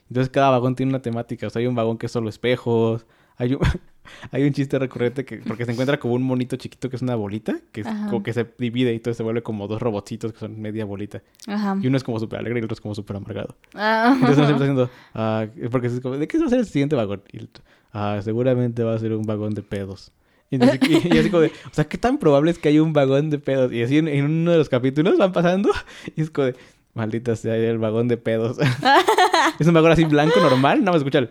Entonces cada vagón tiene una temática. O sea, hay un vagón que es solo espejos. Hay un, hay un chiste recurrente que, porque se encuentra como un monito chiquito que es una bolita, que, es Ajá. como que se divide y todo se vuelve como dos robotcitos que son media bolita. Ajá. Y uno es como súper alegre y el otro es como súper amargado. Ah, Entonces uno siempre está haciendo, ah, porque es como, ¿de qué va a ser el siguiente vagón? Y el otro, ah, seguramente va a ser un vagón de pedos. Y, ni siquiera- y así como de, o sea, ¿qué tan probable es que haya un vagón de pedos? Y así en, en uno de los capítulos van pasando y es como de, maldita sea el vagón de pedos. es un vagón así blanco normal, nada más escucha el...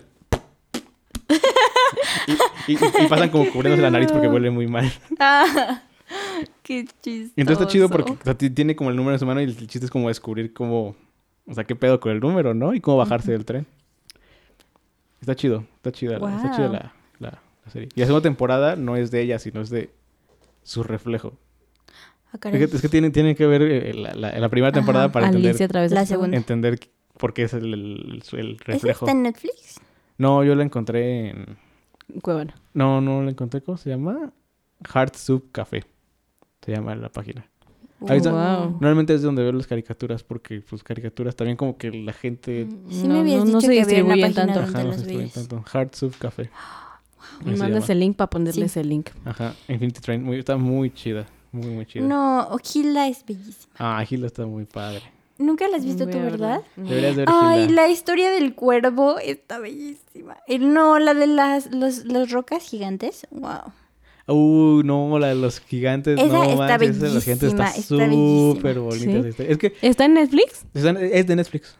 y, y- y- y pasan como cubriéndose la nariz porque huele muy mal. Ah, qué chistoso. Y entonces está chido porque o sea, ti- tiene como el número en su mano y el el chiste es como descubrir cómo, o sea, qué pedo con el número, ¿no? Y cómo bajarse del tren. Está chido, está chida, la, está chida Guau. la, la- la serie. Y la segunda temporada no es de ella, sino es de su reflejo. Ah, Es caray. que, es que tiene, tiene que ver eh, la, la- la primera temporada Ajá, para Alicia entender, a través de La su- segunda. entender por qué es el, el- el ¿Ese reflejo. está en Netflix? No, yo la encontré en... Cuevana. No, no la encontré, ¿cómo se llama? Heart Soup Café. Se llama la página. Ahí está. Wow. Normalmente es donde veo las caricaturas porque pues caricaturas también como que la gente Sí me habías dicho que había una página Mm, donde- ajá, no los se distribuye veías. tanto. Hard Soup Café. Así Me se mandas llama. el link para ponerles el link. Ajá, Infinity Train muy- está muy chida, muy muy chida. No, Ojila es bellísima. Ah, Gila está muy padre. Nunca la has visto Voy tú, a verla. ¿verdad? Deberías de ver Mm. Ay, Gila. la historia del cuervo está bellísima. Eh, No, la de las, los- las rocas gigantes. Wow. Uh, no, la de los gigantes, Esa no está manches, esa de los gigantes está bellísima, está bellísima. súper bonita. esa Sí. historia. Es que ¿Está en Netflix? están- es de Netflix.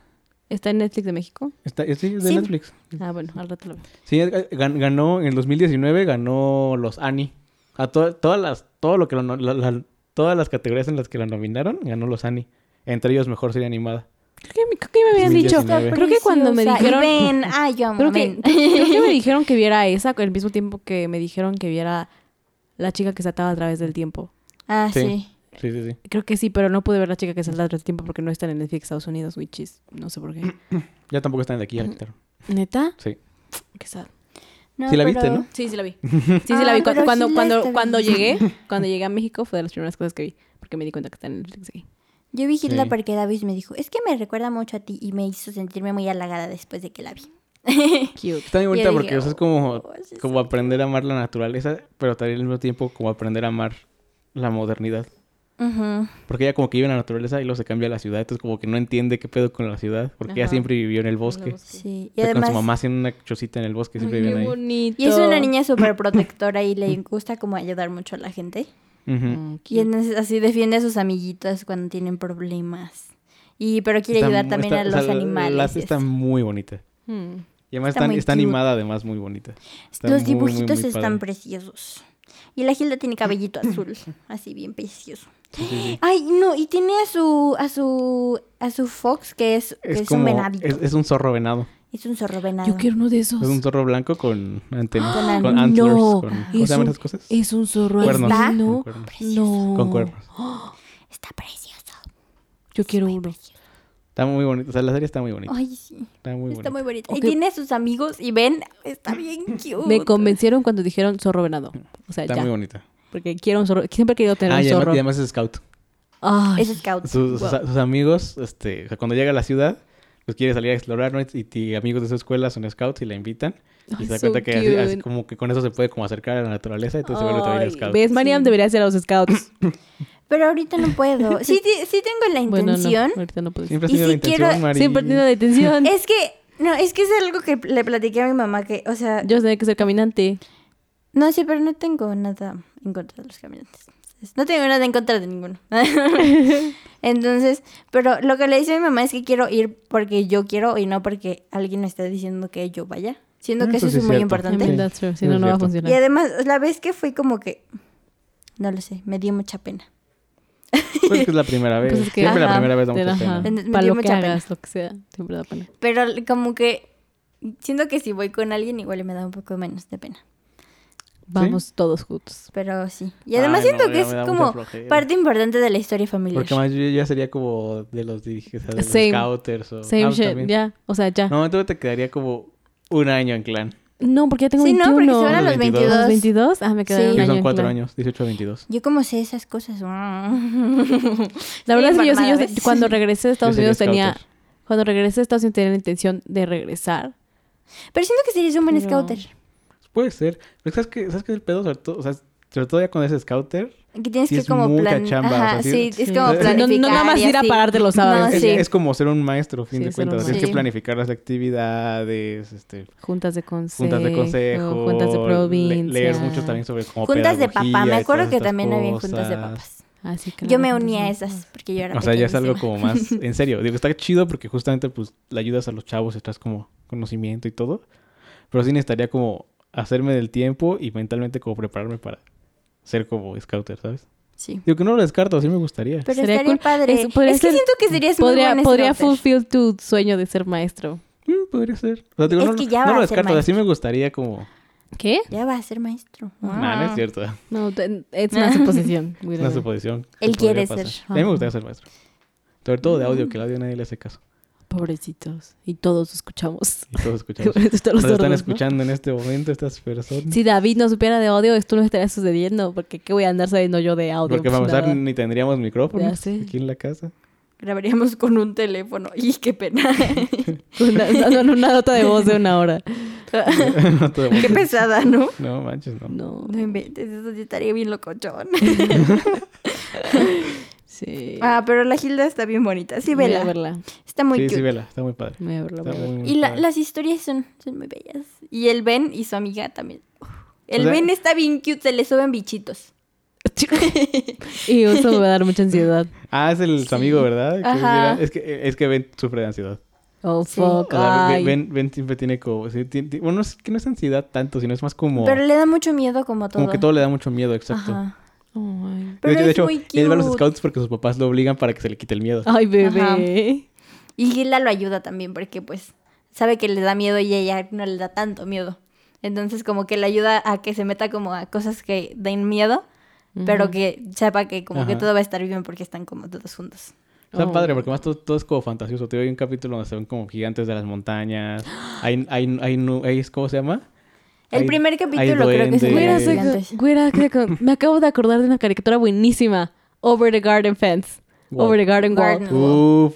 ¿Está en Netflix de México? Está, es, sí, es de Sí. Netflix. Ah, bueno, al rato lo veo. Sí, es- gan- ganó en el 2019 ganó los Annie. A to- todas las todo lo que lo no- la- la- todas las categorías en las que la nominaron ganó los Annie. Entre ellos mejor serie animada. Creo que, me- creo que me habían Sí, dicho. ya se me ve. Creo que cuando me Preciosa. Y dijeron. Ven, ah, yo amo. Creo que, ven. creo que me dijeron que viera esa al mismo tiempo que me dijeron que viera la chica que saltaba a través del tiempo. Ah, Sí. sí. Sí, sí, sí. Creo que sí, pero no pude ver la chica que saltaba a través del tiempo porque no está en Netflix Estados Unidos, which is, no sé por qué. Ya tampoco están de aquí, ya la quitaron. ¿Neta? Sí. Qué sad. No, Sí la viste, pero- ¿no? Sí, sí la vi. Sí, sí la vi. Ah, Cu- pero Cuando, sí la cuando, está cuando bien. llegué, cuando llegué a México fue de las primeras cosas que vi. Porque me di cuenta que está en Netflix aquí. Yo vi Hilda Sí. porque David me dijo, es que me recuerda mucho a ti y me hizo sentirme muy halagada después de que la vi. Cute. Está bien Yo dije, bonita porque o sea, es como, "Oh, sí, sí". como aprender a amar la naturaleza, pero también al mismo tiempo como aprender a amar la modernidad. Ujú. Porque ella como que vive en la naturaleza y luego se cambia a la ciudad, entonces como que no entiende qué pedo con la ciudad, porque ella Ajá. siempre vivió en el bosque. Sí. Y Fue Con su además... mamá haciendo una chocita en el bosque, siempre Ay, vivían ahí. bonito. Y es una niña súper protectora y le gusta como ayudar mucho a la gente. Ujú. Mm, Y cute. entonces así defiende a sus amiguitos cuando tienen problemas. Y pero quiere Está ayudar mu- también está- a o sea, los la- animales. La, y está así. muy bonita. Mm. Y además Está está, muy está cute. animada, además muy bonita. Está los muy, muy, muy dibujitos están padre. preciosos. Y la Gilda tiene cabellito azul, así bien precioso. Sí, sí, sí. Ay, no, y tiene a su a su a su fox que es, que Es, es un como, venadito. es, Es, es un zorro venado. un zorro venado. Yo quiero uno de esos. Es un zorro blanco con antenas, Con con an- antlers, no, con, ¿cómo se es llaman un, esas cosas? es un zorro Cuernos, ¿Está? albino. con cuernos. No. Con cuernos. Está precioso. Yo quiero uno. Está muy bonito, o sea, la serie está muy bonita. Ay, sí. Está muy está bonita. muy bonito. Ok. Y tiene a sus amigos y ven, está bien cute. Me convencieron cuando dijeron zorro venado. O sea, Está ya. muy bonita. Porque quiero un zorro. Siempre he querido tener Ah, un y además, zorro. y además es scout. Ay, Es scout. Sus, sus- Wow. sus amigos, este, o sea, cuando llega a la ciudad, pues quiere salir a explorar, ¿no? Y, y amigos de su escuela son scouts y la invitan. Y Ay, se da so cuenta que así- así cute. como que con eso se puede como acercar a la naturaleza y entonces se vuelve también Ay, scout. ¿Ves? Mariam Sí. debería ser a los scouts. Pero ahorita no puedo. Sí, ti- sí tengo la Bueno, no, intención. ahorita no puedo. Siempre has Y tenido la si intención, quiero- Mari. Siempre he tenido detención. Es que, no, es que es algo que le platiqué a mi mamá que, o sea, Yo tenía que ser caminante. no sé, pero no tengo nada en contra de los caminantes. No tengo nada en contra de ninguno. Entonces, pero lo que le dice a mi mamá es que quiero ir porque yo quiero y no porque alguien me está diciendo que yo vaya. Siendo Ah, que eso eso, sí es es muy cierto. I mean, importante. that's true. Si Sí, no, es no va a cierto. Y funcionar. además, la vez que fui como que, no lo sé, me dio mucha pena. Pues es que es la primera vez. Pues es que- Siempre la Ajá. primera vez da Te da- mucha ajá. pena. Entonces, me Para dio lo que mucha pena. hagas, lo que sea. Siempre da pena. Pero como que siento que si voy con alguien igual me da un poco menos de pena. Vamos todos juntos. Pero sí. Y además Ay, siento no, que ya es me da mucha como flojera. parte importante de la historia familiar. Porque más yo yo ya sería como de los dirigentes, de los Same. scouters o... Same Ah, shit. también. Ya. O sea, ya. No, entonces te quedaría como un año en clan. No, porque ya tengo Sí, 21. no, porque se van a los 22. 22. ¿Los 22? Ah, me quedé Sí. un Sí, año son en cuatro claro. años, 18 a 22. Yo como sé esas cosas. La verdad es que yo sí, yo Informada, ¿ves? cuando regresé a Estados Yo sería Unidos tenía... scouter. Cuando regresé a Estados Unidos tenía la intención de regresar. Pero siento que serías un buen Pero- scouter. Puede ser. Pero ¿sabes qué, ¿sabes qué es el pedo? Sobre todo, o sea, Sobre todo ya con ese scouter. Que tienes Sí, que es como mucha plan... chamba, o sea, Ajá, sí- sí, es como Sí. No- no- no planificar nada más y ir a así. pararte los sábados. No, Es, sí. es como ser un maestro, a fin Ah, Sí, de ser un cuentas. Tienes que maestro. planificar las actividades, este, Juntas de consejo. juntas de consejo, Juntas de le- provincia. leer mucho también sobre como Juntas de papá. Me pedagogía y acuerdo todas que estas también había juntas de cosas. papas. Así que pues, Yo la me juntas unía de- a esas porque yo era O sea, ya es algo pequeñísima. como más en serio. Digo, está chido porque justamente pues le ayudas a los chavos, estás como conocimiento y todo. Pero sí necesitaría como hacerme del tiempo y mentalmente como prepararme para ser como scouter, ¿sabes? Sí. Digo que no lo descarto, sí me gustaría. Pero Sería estaría cool. padre. Eso Es, podría que ser- siento que serías Podría, muy podría buena scouter. fulfill tu sueño de ser maestro. Mm, podría ser. O sea, digo, Es no, que ya no va lo a ser descarto, o sea, sí me gustaría como... ¿Qué? Ya va a ser maestro. Ah. Nah, no es cierto. No, te- es una suposición. Es William. una suposición. que Él podría quiere pasar. ser. ah. A mí me gustaría ser maestro. Sobre todo de audio, que el audio nadie le hace caso. Pobrecitos. Y todos escuchamos. Y todos escuchamos. Por eso están los Nos están sordos, ¿no? escuchando en este momento estas personas. Si David no supiera de audio, esto no estaría sucediendo. Porque ¿qué voy a andar sabiendo yo de audio? Porque Pues para empezar nada. ni tendríamos Ya micrófonos sé. aquí en la casa. Grabaríamos con un teléfono. Y qué pena. Una, no, no, una nota de voz de una hora. no, todo qué pesada, ¿no? no manches, no. No. No inventes, eso sí estaría bien locochón. Sí. ah, pero la Gilda está bien bonita. Sí, vela. Voy a verla. Está muy sí, cute. sí, vela, está muy padre. Voy a verla. Está voy a verla. muy, muy Y la- padre. las historias son, son muy bellas. Y el Ben y su amiga también. Uf. El O sea- Ben está bien cute, se le suben bichitos. Y eso me va a dar mucha ansiedad. Ah, es el su amigo, ¿verdad? Que es Ajá. bien- Es, que, es que Ben sufre de ansiedad. Oh, Sí. fuck. O sea, Ben- ay. ben, Ben siempre tiene como... sí, ti- ti- bueno, es que no es ansiedad tanto, sino es más como... Pero le da mucho miedo como todo. Como que todo le da mucho miedo, exacto. Ajá. Oh, ay. Pero de, es hecho, muy él va a los cute. scouts porque sus papás lo obligan para que se le quite el miedo. Ay, bebé. Ajá. Y Gilda lo ayuda también porque pues sabe que le da miedo y ella no le da tanto miedo. Entonces como que le ayuda a que se meta como a cosas que den miedo, pero Ujú. que sepa que como que Ajá. todo va a estar bien porque están como todos juntos. Está Oh. padre, porque más todo, todo es como fantasioso. Te hay un capítulo donde se ven como gigantes de las montañas. Hay, hay, hay, nu- hay- ¿cómo se llama? El Hay- primer hay capítulo creo que se duendes. Güera, llama Eh, se- Gigantes. güera, que con- me acabo de acordar de una caricatura buenísima. Over the Garden Fence. Wow. Over the Garden Wall. Garden. Uf.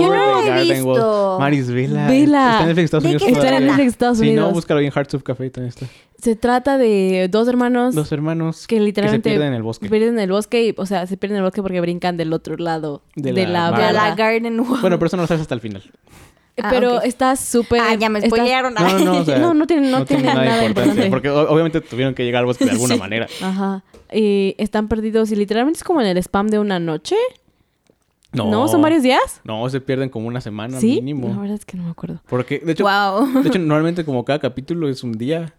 Yo no the lo he Garden Wall. visto. Maris Vela. Vela. Está en Netflix Estados ¿De Unidos. qué Está en todavía. Netflix Estados Sí, no, Unidos. búscalo bien. Hearts of Café también está. Se trata de dos hermanos Los hermanos que literalmente se pierden en el bosque. pierden en el bosque y, o sea, se pierden en el bosque porque brincan del otro lado de, De la, la De barda. la Garden Wall. Bueno, pero eso no lo sabes hasta el final. Ah, Pero ok. está súper. ah, ya me está- spoilearon. No, no, no. o sea, No, no tiene- no tiene nada de importante. Porque o- obviamente tuvieron que llegar al bosque de alguna Sí. manera. Ajá. Y están perdidos y literalmente es como en el spam de una noche. No. ¿Son varios días? No, se pierden como una semana ¿Sí? mínimo. La verdad es que no me acuerdo. Porque, de hecho, wow. de hecho, normalmente como cada capítulo es un día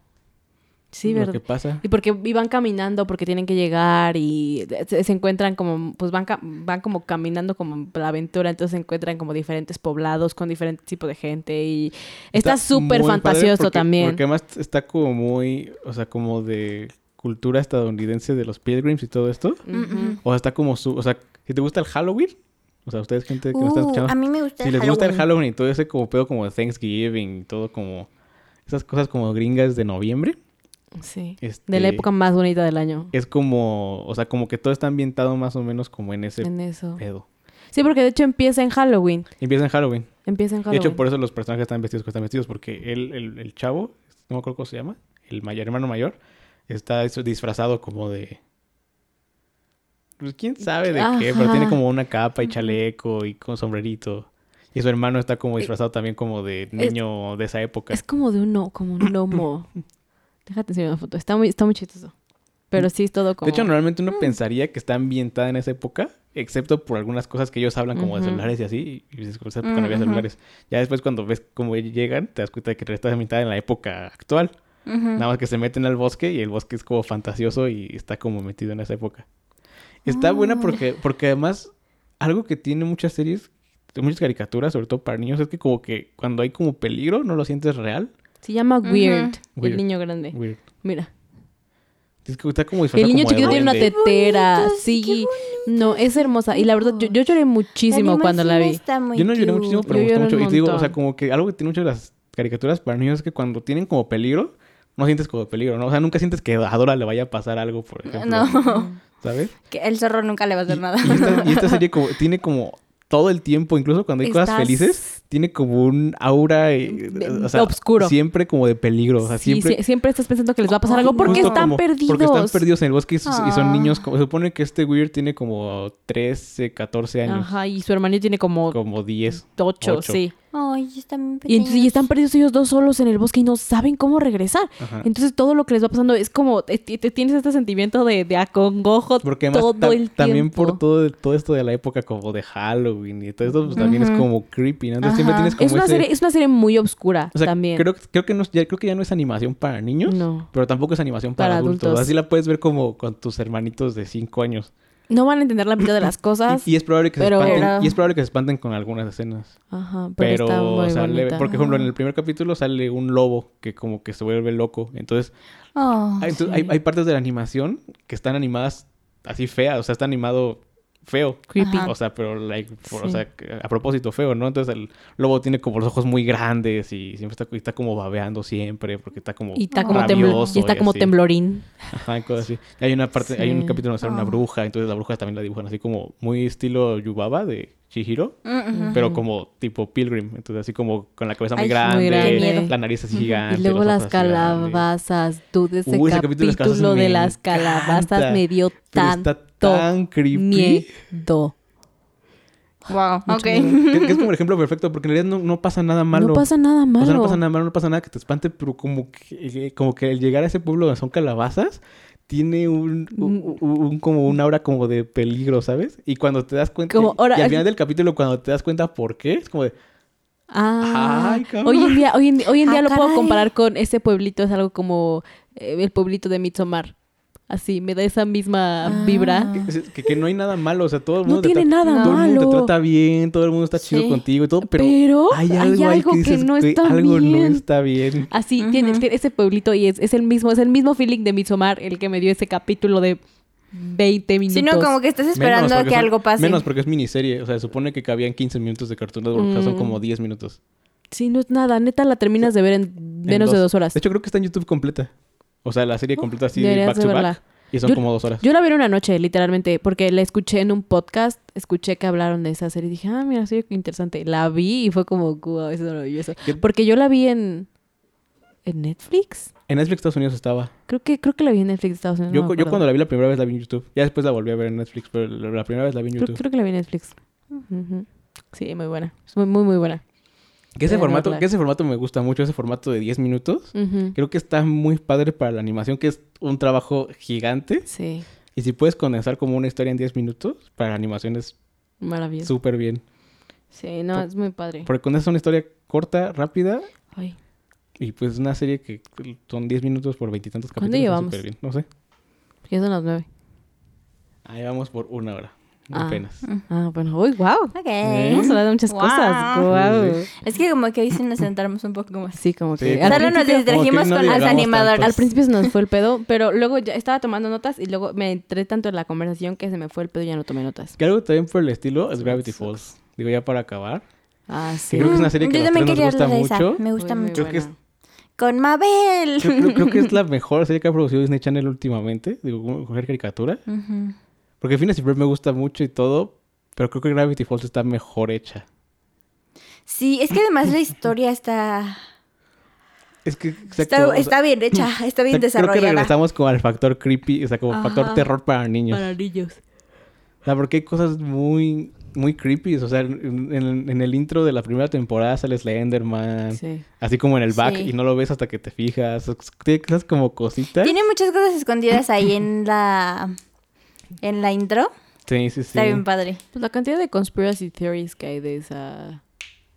Sí, lo verdad. que pasa. Y porque iban caminando, porque tienen que llegar y se, se encuentran como, pues van, ca- van como caminando como la aventura, entonces se encuentran como diferentes poblados con diferentes tipos de gente y está súper muy padre fantasioso porque- también. Porque además está como muy, o sea, como de cultura estadounidense de los pilgrims y todo esto. Mm, Ujú. O sea, está como su, o sea, si te gusta el Halloween, o sea, ustedes gente que no está Uh, escuchando, a mí me gusta si el les gusta el Halloween. Halloween y todo ese como pedo como de Thanksgiving y todo como esas cosas como gringas de noviembre, Sí. Este- De la época más bonita del año. es como, o sea, como que todo está ambientado más o menos como en ese En eso. pedo. Sí, porque de hecho empieza en Halloween. Empieza en Halloween. Empieza en De Halloween. hecho, por eso los personajes están vestidos como están vestidos, porque él, el, el chavo, no me acuerdo cómo se llama, el mayor, hermano mayor, está eso- disfrazado como de... Pues quién sabe de qué, pero tiene Ajá. como una capa y chaleco y con sombrerito. Y su hermano está como disfrazado también como de niño de esa Eh, época. Es como de uno, como un lomo. Déjate enseñar una foto. Está muy, está muy chistoso. Pero sí es todo como. Mm. Mm. De hecho, normalmente uno pensaría que está ambientada en esa época, excepto por algunas cosas que ellos hablan como de Ujú. celulares y así, y dices, "Pues, esa época no había Ujú. celulares. Ya después cuando ves cómo llegan, te das cuenta de que está ambientada en la época actual. Ujú. Nada más que se meten al bosque y el bosque es como fantasioso y está como metido en esa época. Ah, Está buena porque, porque además, algo que tiene muchas series, muchas caricaturas, sobre todo para niños, es que como que cuando hay como peligro no lo sientes real. Se llama Ujú. Weird, Weird. el niño grande. Weird. Mira. Es que está como El disfrazado niño como de chiquito tiene una duende. tetera. bonito, sí. No, es hermosa. Y la verdad, yo, yo lloré La muchísimo cuando la vi. animación está muy Yo no lloré cute. muchísimo, pero Yo me gustó lloré mucho. un Y te digo, o sea, montón. como que algo que tiene mucho de las caricaturas para niños es que cuando tienen como peligro, no sientes como peligro, ¿no? O sea, nunca sientes que a Dora le vaya a pasar algo, por ejemplo. No, ¿Sabes? que el zorro nunca le va a hacer nada. Y esta, y esta serie como, tiene como todo el tiempo, incluso cuando hay cosas Estás- felices, tiene como un aura eh, De- o sea, obscuro. siempre como de peligro. O sea, Sí, siempre, sie- siempre estás pensando que les va a pasar algo porque Justo están como- perdidos. Porque están perdidos en el bosque y, sus- y son Ah. niños. Como, se supone que este Weir tiene como 13, 14 años. Ajá, y su hermanito tiene como Como 10. ocho, ocho. sí. Ay, están bien Y, entonces, y pequeños. están perdidos ellos dos solos en el bosque y no saben cómo regresar. Ajá. Entonces todo lo que les va pasando es como, te, te- te tienes este sentimiento de, de acongojo Porque además todo ta- el tiempo. también por todo, todo esto de la época como de Halloween y todo esto, pues también es Ujú. como creepy, ¿no? Entonces siempre Ajá. tienes como es, una ese- serie, es una serie muy obscura o sea, también. Creo, creo, que no, es- ya, creo que ya no es animación para niños, No. pero tampoco es animación para, Para adultos. adultos. Así la puedes ver como con tus hermanitos de 5 años. No van a entender la mitad de las cosas. Y, y es probable que pero- se espanten, Pero- y es probable que se espanten con algunas escenas. Ajá, pero, Pero, está muy sale, bonita. porque por ejemplo, en el primer capítulo sale un lobo que como que se vuelve loco. Entonces, Ah, Oh. hay, entonces, hay- hay partes de la animación que están animadas así feas, o sea, está animado feo. Creepy. Ajá. O sea, pero like, por- o Sí. sea, que- a propósito feo, ¿no? Entonces el lobo tiene como los ojos muy grandes y siempre está, y está como babeando siempre porque está como Y está como, Ah. tembl- rabioso y está y como así. temblorín. Ajá, y cosas así. Y hay una parte, hay un Sí. capítulo donde sale una Ah. bruja, entonces la bruja también la dibujan así como muy estilo Yubaba de Chihiro, Mm, ujú. pero como tipo Pilgrim, entonces así como con la cabeza muy, Ay, muy grande, grande. Qué miedo. la nariz así Ujú. gigante, Y luego Ah, los ojos las así grandes. calabazas, tú de ese Uy, ese capítulo capítulo, de las calabazas me de las calabazas encanta. me dio Pero está tanto tan creepy. miedo. Wow, mm. ok. Que, que es como el ejemplo perfecto, porque en realidad no, no pasa nada malo. No pasa nada malo. O sea, no pasa nada malo, no pasa nada que te espante, pero como que, eh, como que el llegar a ese pueblo donde son calabazas tiene un, Mm. un- un- como un aura como de peligro, ¿sabes? Y cuando te das cuenta, Como, y- ahora- y al final del capítulo cuando te das cuenta por qué, es como de, Ah, Ay, cabrón. hoy en día, hoy en, hoy en Ah, día lo puedo caray. comparar con ese pueblito, es algo como eh, el pueblito de Midsommar. Así, me da esa misma Ah. vibra. es- que, que no hay nada malo, o sea, todo el No mundo, te, tiene tra- nada todo el mundo malo. te trata bien, todo el mundo está chido Sí. contigo y todo, pero, Pero hay ahí algo que no "Güey, está algo no bien". está bien. Así, tiene, Ujú. tiene ese pueblito y es, es el mismo, es el mismo feeling de Midsommar el que me dio ese capítulo de 20 minutos. Si no, como que estás esperando Menos, a porque que son- algo pase. Menos porque es miniserie, o sea, se supone que cabían 15 minutos de cartón, network, o sea, son Mm. como 10 minutos. Sí, no es nada, neta la terminas de ver en en menos de dos horas. De hecho, creo que está en YouTube completa. O sea, la serie completa así deberías back de to back. verla. Y son Yo- como dos horas. Yo la vi en una noche, literalmente, porque la escuché en un podcast, escuché que hablaron de esa serie y dije, ah, mira, serie interesante. La vi y fue como, wow, eso es maravilloso. ¿Qué- Porque yo la vi en... ¿En Netflix? En Netflix Estados Unidos estaba. Creo que, creo que la vi en Netflix de Estados Unidos. yo, yo cuando la vi la primera vez la vi en YouTube. Ya después la volví a ver en Netflix, pero la la primera vez la vi en Creo, YouTube. creo que la vi en Netflix. Ujú. Sí, muy buena. Es muy, muy, muy buena. que, ese pero formato, verla. que ese formato me gusta mucho, ese formato de 10 minutos. Ujú. Creo que está muy padre para la animación, que es un trabajo gigante. Sí, Y si puedes condensar como una historia en 10 minutos, para la animación es maravilloso. súper bien. Sí, no, es muy padre. Porque condensas una historia corta, rápida, Ay, y pues una serie que son 10 minutos por veintitantos capítulos. ¿Cuándo es llevamos? súper bien. No sé. ya son las nueve. Ahí vamos por una hora. Ah. Apenas. Ah, bueno, uy, wow. Ok. ¿Eh? Hemos hablado de muchas Wow. cosas. Wow. Sí, Es que como que hoy sí nos sentamos un poco más. Sí, como Sí, que... como al Solo nos principio- distrajimos como que no con las llegamos animadoras. tanto. Al principio se nos fue el pedo, pero luego ya estaba tomando notas y luego me entré tanto en la conversación que se me fue el pedo y ya no tomé notas. Que algo también por el estilo es Gravity Sucks. Falls. Digo, ya para acabar. Ah, Que sí. creo que es una serie que Yo a los también tres quería nos gusta hablar de esa. mucho. Me gusta Muy, muy mucho. Creo que es- buena. Con Mabel. Yo creo, creo que es la mejor serie que ha producido Disney Channel últimamente. Digo, como coger caricatura. Ujú. Porque Phineas y Ferb me gusta mucho y todo. Pero creo que Gravity Falls está mejor hecha. Sí, es que además la historia está... Es que exacto, o Está, sea, está bien hecha, está bien o sea, Creo que desarrollada. regresamos como al factor creepy, o sea, como factor Ajá. terror para niños. Para niños. O sea, porque hay cosas muy, muy creepy. O sea, en, en- en el intro de la primera temporada sale Slenderman. Sí. Así como en el back Sí. y no lo ves hasta que te fijas. Tiene esas como cositas. Tiene muchas cosas escondidas ahí en la... En la intro. Sí, sí, sí. Está bien padre. Pues la cantidad de conspiracy theories que hay de esa,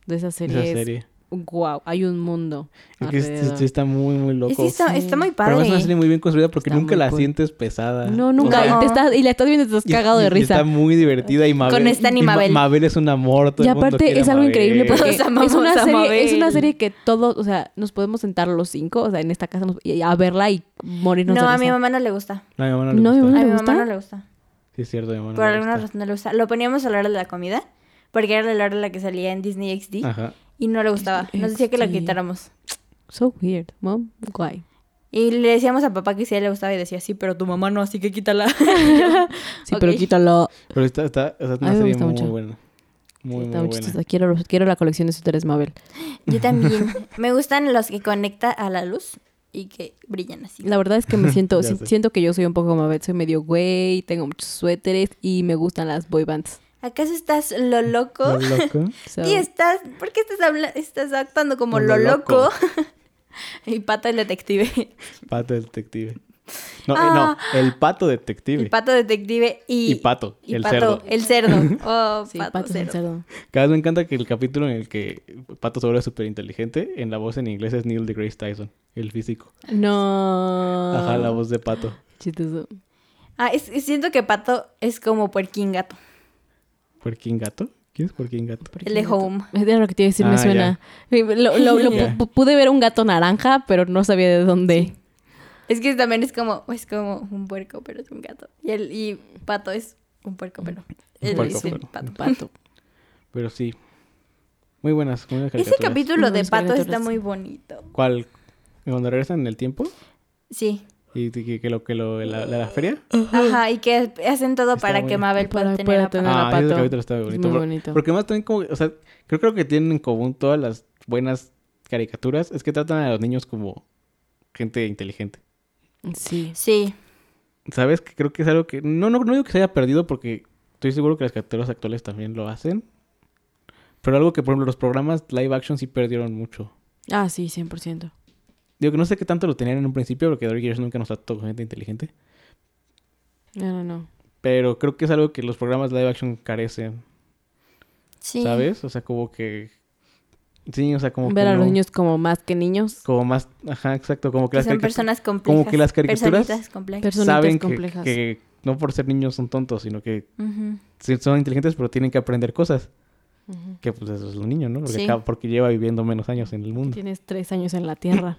de esa serie Esa es... serie. Wow, hay un mundo Es que es- alrededor. sí está muy, muy loco. Es que está, Sí. está muy Pero además padre. es una serie muy bien construida porque Está nunca muy la cool. siento sientes pesada. No, nunca. O sea, y, te estás, y la estás viendo y te estás y- cagado de y- y risa. Está muy divertida y Mabel. Con Stan y Ma- Mabel. Mabel es un amor. todo Y el mundo quiere aparte a es algo Mabel. increíble pues. porque Todos es amamos una, a serie, es una Mabel. serie que todos, o sea, nos podemos sentar los cinco, o sea, en esta casa nos- y- a verla y morirnos No, de a risa. mi mamá no le gusta. No, a mi mamá no, No, mi le A gusta. mamá- mi le gusta? mamá no le gusta. Sí, es cierto, a mi mamá no Por le alguna gusta. razón no le gusta. Lo poníamos a la hora de la comida, porque era la hora de la que salía en Disney XD Ajá. y no le gustaba. Nos decía que la quitáramos. So weird, mom. Guay. Y le decíamos a papá que sí le gustaba y decía, sí, pero tu mamá no, así que quítala. Sí, pero Ok. quítalo. Pero está, está, o sea, es A una mí me serie gusta muy mucho. buena. Muy, Está muy muy buena. chistosa. Quiero, quiero la colección de suéteres Mabel. Yo también. Me gustan los que conecta a la luz y que brillan así. La verdad es que me siento, Ya si- sé. siento que yo soy un poco Mabel. Soy medio güey, tengo muchos suéteres y me gustan las boy bands. ¿Acaso estás lo loco? Lo loco. So, Y estás, ¿por qué estás, habla- estás actuando como Como lo loco. loco? Y pato el detective. Pato detective. No, eh, Ah. no, el pato detective. El pato detective y... Y pato, y el pato, cerdo. el cerdo. Oh, sí, pato, pato es el cerdo. cerdo. Cada vez me encanta que el capítulo en el que Pato se vuelve súper inteligente, en la voz en inglés es Neil deGrasse Tyson, el físico. No. Ajá, la voz de Pato. Chistoso. Ah, es- es- siento que pato es como puerquín gato. ¿Puerquín gato? ¿Quién es Puerquín gato? ¿Por El qué de gato? Home. Era lo que te iba a decir, Ah, me ya. suena. Lo- lo- lo- Ya. pu- pude ver un gato naranja, pero no sabía de dónde. Es que también es como, es como un puerco, pero es un gato. Y, el, y pato es un puerco, pero... él puerco, es el pero- pato. Pato. Pero sí. Muy buenas, muy buenas Ese caricaturas. capítulo No, de las pato está caricaturas. muy bonito. ¿Cuál? Cuando regresan en el tiempo Sí. y y que, que lo que lo la, la- la feria. Ah, Ajá, y que hacen todo Está para muy- que Mabel pueda Para- tener pueda a Pato. tener- a Ah, ese Pato. capítulo está Es bonito. muy por- bonito. Porque más también como, o sea, creo, creo que tienen en común todas las buenas caricaturas es que tratan a los niños como gente inteligente. Sí. Sí. ¿Sabes? Que creo que es algo que... No, no, no digo que se haya perdido porque estoy seguro que las caricaturas actuales también lo hacen. Pero algo que, por ejemplo, los programas live action sí perdieron mucho. Ah, sí, 100%. Digo que no sé qué tanto lo tenían en un principio porque Dory Gears nunca nos trató con gente inteligente. No, no, no. Pero creo que es algo que los programas live action carecen, Sí. ¿sabes? O sea, como que... Sí, o sea, como Ver que a los no- niños como más que niños. Como más... Ajá, exacto. Como que Que las son caricaturas personas complejas. que las caricaturas- personitas complejas. Personitas saben que, complejas. que no por ser niños son tontos, sino que Ujú. sí son inteligentes pero tienen que aprender cosas. Ujú. Que pues eso es un niño, ¿no? Porque, Sí. acaba- porque lleva viviendo menos años en el mundo. Tienes tres años en la tierra.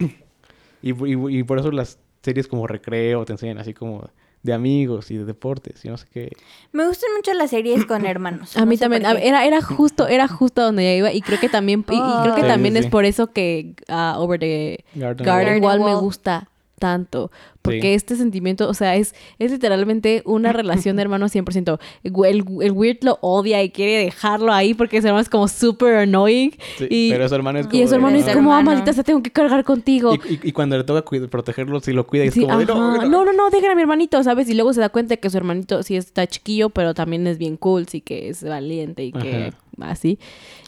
Y, y- y por eso las series como Recreo te enseñan así como de amigos y de deportes y no sé qué. Me gustan mucho las series con hermanos. A no mí sé también, por a- qué. era, era justo, era justo donde ya iba y creo que también, y, y creo que Sí, también Ah. sí, es sí. por eso que ah, Over the Garden Garden Garden Wall me Wall. gusta tanto, porque este sentimiento, o sea, es, es literalmente una relación de hermanos 100%. El, el weird lo odia y quiere dejarlo ahí porque su hermano es como super annoying Sí, y, pero su hermano es y como... su hermano de- es Su como, ah, hermano. maldita, sea, tengo que cargar contigo. Y, y- y cuando le toca cuida- protegerlo, si lo cuida y es Sí, como... de, "No, ajá. no". No, no, no, dejen a mi hermanito, ¿sabes? Y luego se da cuenta de que su hermanito sí está chiquillo, pero también es bien cool, sí que es valiente y que así.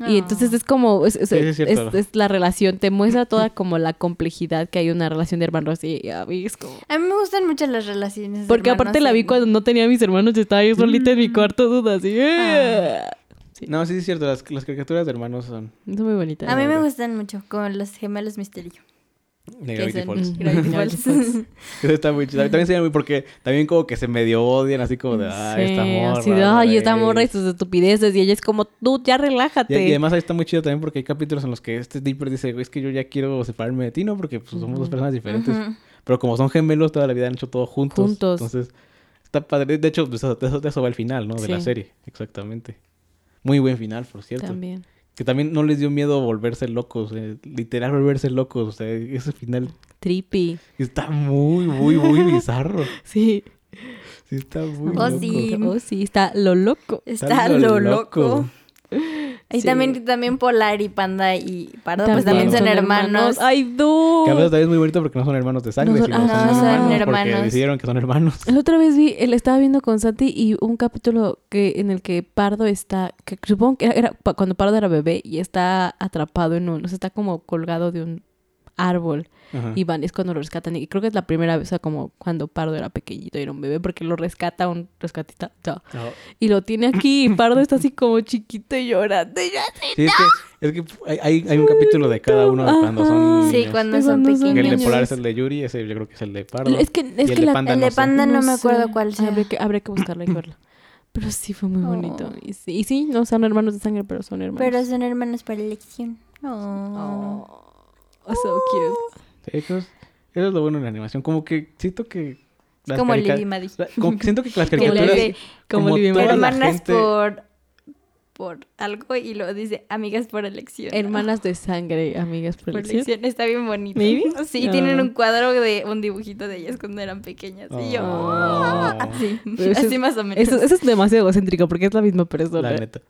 Y Ah. entonces es como, es, es- Sí, sí, es cierto. es- es la relación, te muestra toda como la complejidad que hay en una relación de hermanos y a mí es como... A mí me gustan mucho las relaciones. de Porque aparte hermanos la vi en- cuando no tenía a mis hermanos, yo estaba yo solita en Mm. mi cuarto, duda así. Ah. ¡eh! No, sí, sí es cierto. Las, las caricaturas de hermanos son Es muy bonita. A Ah, mí me gustan mucho, como los gemelos misterio. de Que Eh, Gravity son Falls. Gravity Mm, Gravity Falls. Eso está muy chido. También se ve muy... Porque también como que se medio odian, así como de... Ay, esta Sí, morra. así de, ay, esta güey". morra y sus estupideces. Y ella es como, tú ya Y, relájate. y además ahí está muy chido también porque hay capítulos en los que este Dipper dice, "Güey, es que yo ya quiero separarme de ti, ¿no? Porque pues, somos dos personas diferentes. Ujú. Pero como son gemelos, toda la vida han hecho todo juntos. Juntos. Entonces, está padre. De hecho, de eso, de eso- de eso va el final, ¿no? De la Sí. serie, exactamente. Muy buen final, por cierto. También. Que también no les dio miedo volverse locos, eh, literal volverse locos. O sea, ese final Trippy. está muy, muy, muy bizarro. Sí. Sí, está muy Oh, loco. sí. Oh, sí, está lo loco. Está lo loco. Y Sí. también, también Polar y Panda y Pardo, pues también Pardo. son hermanos. Ay, no. Que a veces también es muy bonito porque no son hermanos de sangre, No son- sino son, ajá, son hermanos, porque hermanos. decidieron que son hermanos. La otra vez vi, él estaba viendo con Santi y un capítulo que en el que Pardo está, que supongo que era, era pa- cuando Pardo era bebé y está atrapado en un, o sea, está como colgado de un árbol Ajá. y van, es cuando lo rescatan y creo que es la primera vez, o sea, como cuando Pardo era pequeñito y era un bebé porque lo rescata un rescatista no, Oh. y lo tiene aquí y Pardo está así como chiquito y llorando y yo así, Sí, es que, es que hay- hay, hay un capítulo de cada uno de cuando son Ajá. Sí, niños. cuando Sí, son cuando son pequeños. Que el de niños. Polar es el de Yuri, ese yo creo que es el de Pardo. Es que, es y el que de la, Panda el no de sé. Panda no me acuerdo cuál sea. Habría que, habría que buscarla y verla. Pero sí, fue muy Oh. bonito. Y sí, y sí, no son hermanos de sangre, pero son hermanos. Pero son hermanos por elección. No. Oh, so cute. Sí, eso, es, eso es lo bueno en la animación. Como que siento que. las Como carica- Lili Madi. la- Como que siento que las Que le caricaturas. hace como Lili toda la hermanas gente- por por algo y luego dice amigas por elección. Ah, Hermanas de sangre, amigas por por elección. elección. Está bien bonito. Maybe. Sí, Ah. tienen un cuadro de un dibujito de ellas cuando eran pequeñas. Y yo. Oh. Así, Pero eso así es- más o menos. Eso, eso es demasiado egocéntrico porque es la misma persona. La neta.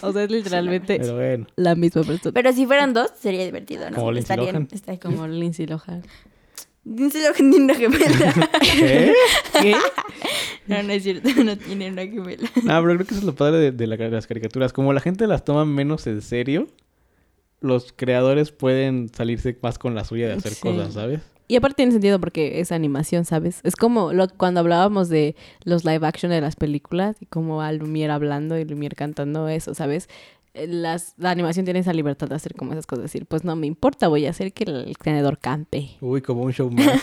O sea, es literalmente Pero bueno. la misma persona. Pero si fueran dos, sería divertido, ¿no? Como Lindsay Estarían, Lohan. estaría como. Como Lindsay Lohan. Lindsay Lohan tiene una gemela. ¿Qué? ¿Qué? no, no es cierto, no tiene una gemela. No, pero creo que eso es lo padre de, de la- las caricaturas. Como la gente las toma menos en serio, los creadores pueden salirse más con la suya de hacer Sí. cosas, ¿sabes? Y aparte tiene sentido porque es animación, ¿sabes? Es como lo, cuando hablábamos de los live action de las películas y como a Lumière hablando y Lumière cantando eso, ¿sabes? Eh, Las, la animación tiene esa libertad de hacer como esas cosas, decir, pues no me importa, voy a hacer que el, tenedor cante. Uy, como un show más.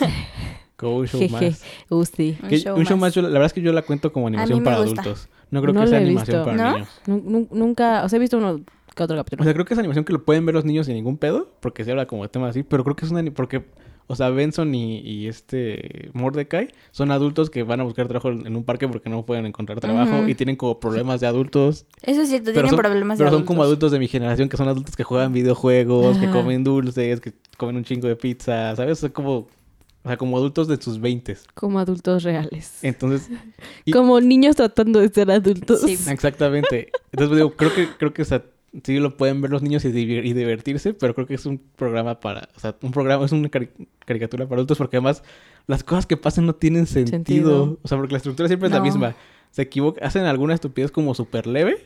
como un show Jeje. más. Uh, sí. Un Que- show un show más. más, yo la la verdad es que yo la cuento como animación me para gusta. adultos. No creo No que lo sea he animación visto. para ¿No? niños. Nu- nu- Nunca, o sea, he visto uno que otro capítulo. O sea, creo que es animación que lo pueden ver los niños sin ningún pedo, porque se habla como de temas así, pero creo que es una... ani- Porque, o sea, Benson y, y este Mordecai son adultos que van a buscar trabajo en en un parque porque no pueden encontrar trabajo Ujú. y tienen como problemas de adultos. Eso es cierto, Pero tienen son, problemas pero de son como adultos de mi generación, que son adultos que juegan videojuegos, que Ajá. comen dulces, que comen un chingo de pizza, ¿sabes? Son como... O sea, como adultos de sus veintes. Como adultos reales. Entonces, Y- Como niños tratando de ser adultos. Sí. Exactamente. Entonces pues, digo, creo que, creo que o sea, sí lo pueden ver los niños y, divir- y divertirse, pero creo que es un programa para, o sea, un programa, es una cari- caricatura para adultos porque además las cosas que pasan no tienen sentido. Sentido. O sea, porque la estructura siempre es la No. misma. Se equivocan, hacen alguna estupidez como súper leve,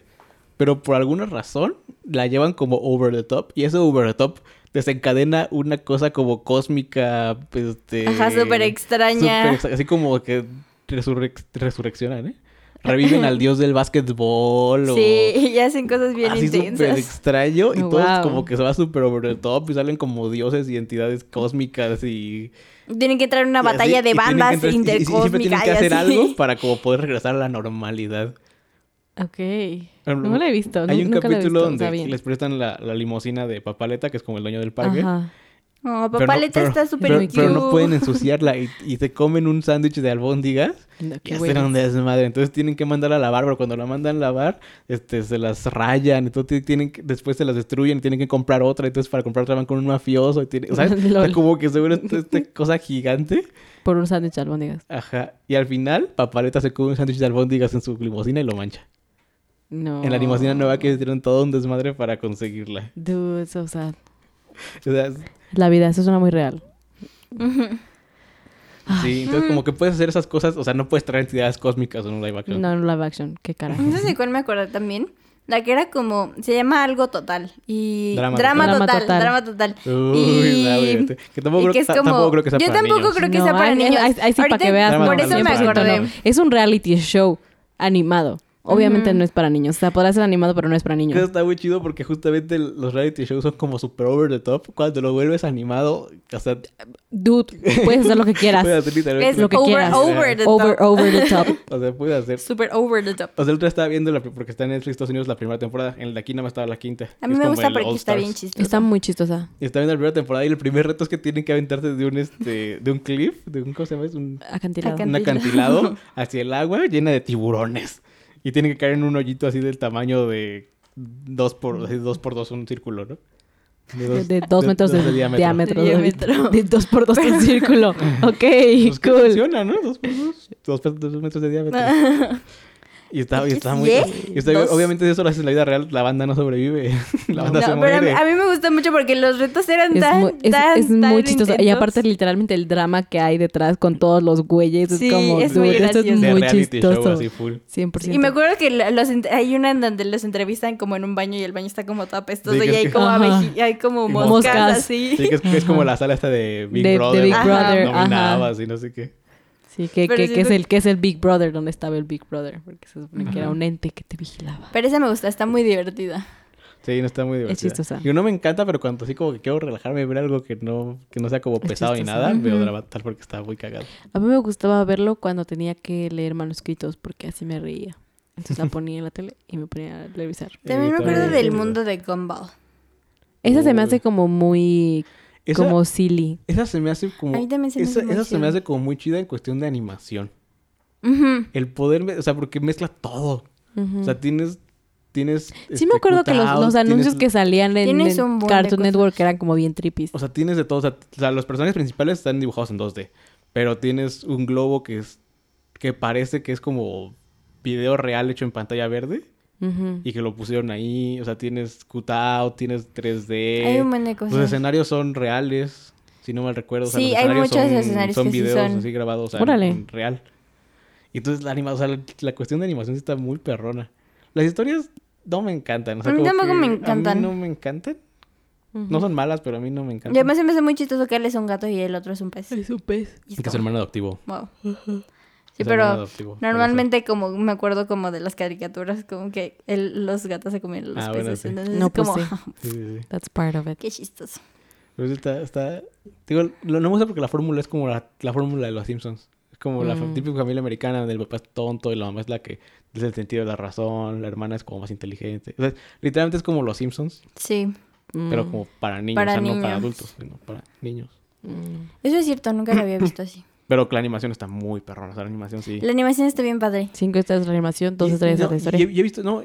pero por alguna razón la llevan como over the top y eso over the top desencadena una cosa como cósmica, este... Ajá, súper extraña. Súper exa- así como que resurrec- resurreccionan, ¿eh? Reviven al dios del básquetbol o... Sí, y hacen cosas bien así súper intensas. extraño y Oh, todos wow. como que se va súper over the top y salen como dioses y entidades cósmicas y... Tienen que entrar en una y así, batalla de y tienen que bandas entrar- y- y- y siempre tienen intercósmicas que y hacer así. algo para como poder regresar a la normalidad. Ok. Por ejemplo, No lo he visto. Hay nu- un nunca lo he capítulo visto, o sea, donde bien. les prestan la, la limusina de Papaleta, que es como el dueño del parque. Ajá. No, Pero no- papaleta pero- está súper pero, cute. pero no pueden ensuciarla y, y se comen un sándwich de albóndigas No, Y qué hacen bueno. un desmadre. Entonces tienen que mandarla a lavar, pero cuando la mandan a lavar, este, se las rayan. Entonces tienen que- después se las destruyen y tienen que comprar otra. Entonces para comprar otra van con un mafioso. Y tiene, o sea, está Lol. como que seguro es esta cosa gigante. Por un sándwich de albóndigas. Ajá. Y al final, Papaleta se come un sándwich de albóndigas en su limosina y lo mancha. No. En la limosina nueva Oh. que hicieron todo un desmadre para conseguirla. Dude, so sad. O sea, es- La vida, eso suena muy real. Ujú. sí. Entonces como que puedes hacer esas cosas. O sea, no puedes traer entidades cósmicas en un live action. No, no live action. Qué carajo. No sé cuál me acordé también. La que era como, se llama algo total. Y Drama drama, total. total, Drama drama total. Uy, la verdad. Que tampoco, y creo, que es ta- como- tampoco creo que sea yo para tampoco niños. creo que sea No, para ahí- niños. ahí- ahí sí, para que Ahorita- veas. Drama Por no, eso me 100% no. acordé. Es un reality show animado. Obviamente no es para niños. O sea, podrá ser animado, pero no es para Creo que niños. está muy chido porque justamente el- los reality shows son como super over the top. Cuando lo vuelves animado, o sea, Dude, puedes hacer lo que quieras. puedes hacer literalmente Es lo que over, quieras. over the Over, top. over the top. O sea, puedes hacer. Super over the top. O sea, el otro día estaba viendo la, porque está en Netflix Estados Unidos la primera temporada. En la aquí nada más estaba la quinta. A mí Es me como gusta el porque All está bien Stars. chistoso. Está muy chistosa. Y está viendo la primera temporada y el primer reto es que tienen que aventarse de un este, de un cliff, de un ¿cómo se llama? Es un, Acantilado. un acantilado hacia el agua llena de tiburones. Y tienen que caer en un hoyito así del tamaño de dos por, así dos por dos, un círculo, ¿no? De, dos- de dos metros de, diámetro. De David. diámetro. De dos por dos en círculo. Ok, Pues que cool. funciona, ¿no? Dos, por dos, dos, pe- dos metros de diámetro. Y está, y está muy... ¿Sí? y está- Dos. obviamente si eso lo haces en la vida real, la banda no sobrevive. La banda No, se pero a mí, muere. a mí me gusta mucho porque los retos eran Es tan, muy, es- tan, es muy tan chistoso. Y intensos. aparte, literalmente, el drama que hay detrás con todos los güeyes. Sí, es como, es muy dude, esto es gracioso. De muy reality show chistoso. así full. 100%. Y me acuerdo que lo- los ent- hay una en donde los entrevistan como en un baño y el baño está como todo apestoso Sí, que y es hay que- como, Ajá. abeji- y hay como Y como moscas, moscas. así. Sí, que es, que es como la sala esta de Big De- de Brother. Big ¿no? Brother, Nominabas y no sé qué. Sí, que, Pero que, sí que es te- el, que es el Big Brother, donde estaba el Big Brother. Porque se supone que era un ente que te vigilaba. Pero esa me gusta, está muy divertida. Sí, no está muy divertida. chistosa. Yo no me encanta, pero cuando así como que quiero relajarme y ver algo que no, que no sea como pesado ni chistosa. nada, veo Ujú. drama tal porque está muy cagado. A mí me gustaba verlo cuando tenía que leer manuscritos, porque así me reía. Entonces la ponía en la tele y me ponía a revisar. También me está acuerdo muy del divertida. mundo de Gumball. Esa se me Uy. hace como muy. Esa- como silly. Esa se me hace como... A mí también se me esa, hace muy esa se me chida. hace como muy chida en cuestión de animación. Ujú. El poder, me- o sea, porque mezcla todo. O sea, tienes tienes. Mm. Sí me este, acuerdo que los, Cutout, los tienes- anuncios que salían en, Tienes en un buen de Cartoon cosas. Network eran como bien trippies. O sea, tienes de todo. O sea, t- o sea, los personajes principales están dibujados en 2D. Pero tienes un globo que es. que parece que es como video real hecho en pantalla verde. Ujú. Y que lo pusieron ahí. O sea, tienes cutout, tienes 3D. Hay un buen de Los cosas. escenarios son reales, si no mal recuerdo. o sea, Sí, los hay escenarios muchos son, escenarios son que sí videos son. así grabados o sea, Órale. en real. Y entonces la anima, o sea, la, la cuestión de animación sí está muy perrona. Las historias no me encantan. o sea, A mí como tampoco que me a mí encantan. no me encantan. No son malas, pero a mí no me Y encantan. además se me hace muy chistoso que él es un gato y el otro es un pez. Es un pez. Y es Que es como, hermano adoptivo. wow. Sí, Es hermano pero adoptivo, por eso. normalmente como me acuerdo como de las caricaturas, como que el- los gatos se comían los Ah, bueno, peces. sí. Entonces No, es pues como, sí. Sí, sí, sí. That's part of it. qué chistoso. Pero sí está, está... Digo, lo- no me gusta porque la fórmula es como la, la fórmula de los Simpsons. Es como la Mm. típica familia americana donde el papá es tonto y la mamá es la que es el sentido de la razón, la hermana es como más inteligente. O sea, literalmente es como los Simpsons, Sí, pero Mm. como para niños, Para o sea, no para niños. adultos, sino para niños. Mm. eso es cierto, nunca lo había visto así. Pero que la animación está muy perrona, o sea, la animación sí. La animación está bien padre. Cinco estrellas de la animación, dos Y- estrellas de no, la y historia. he, y he visto, no,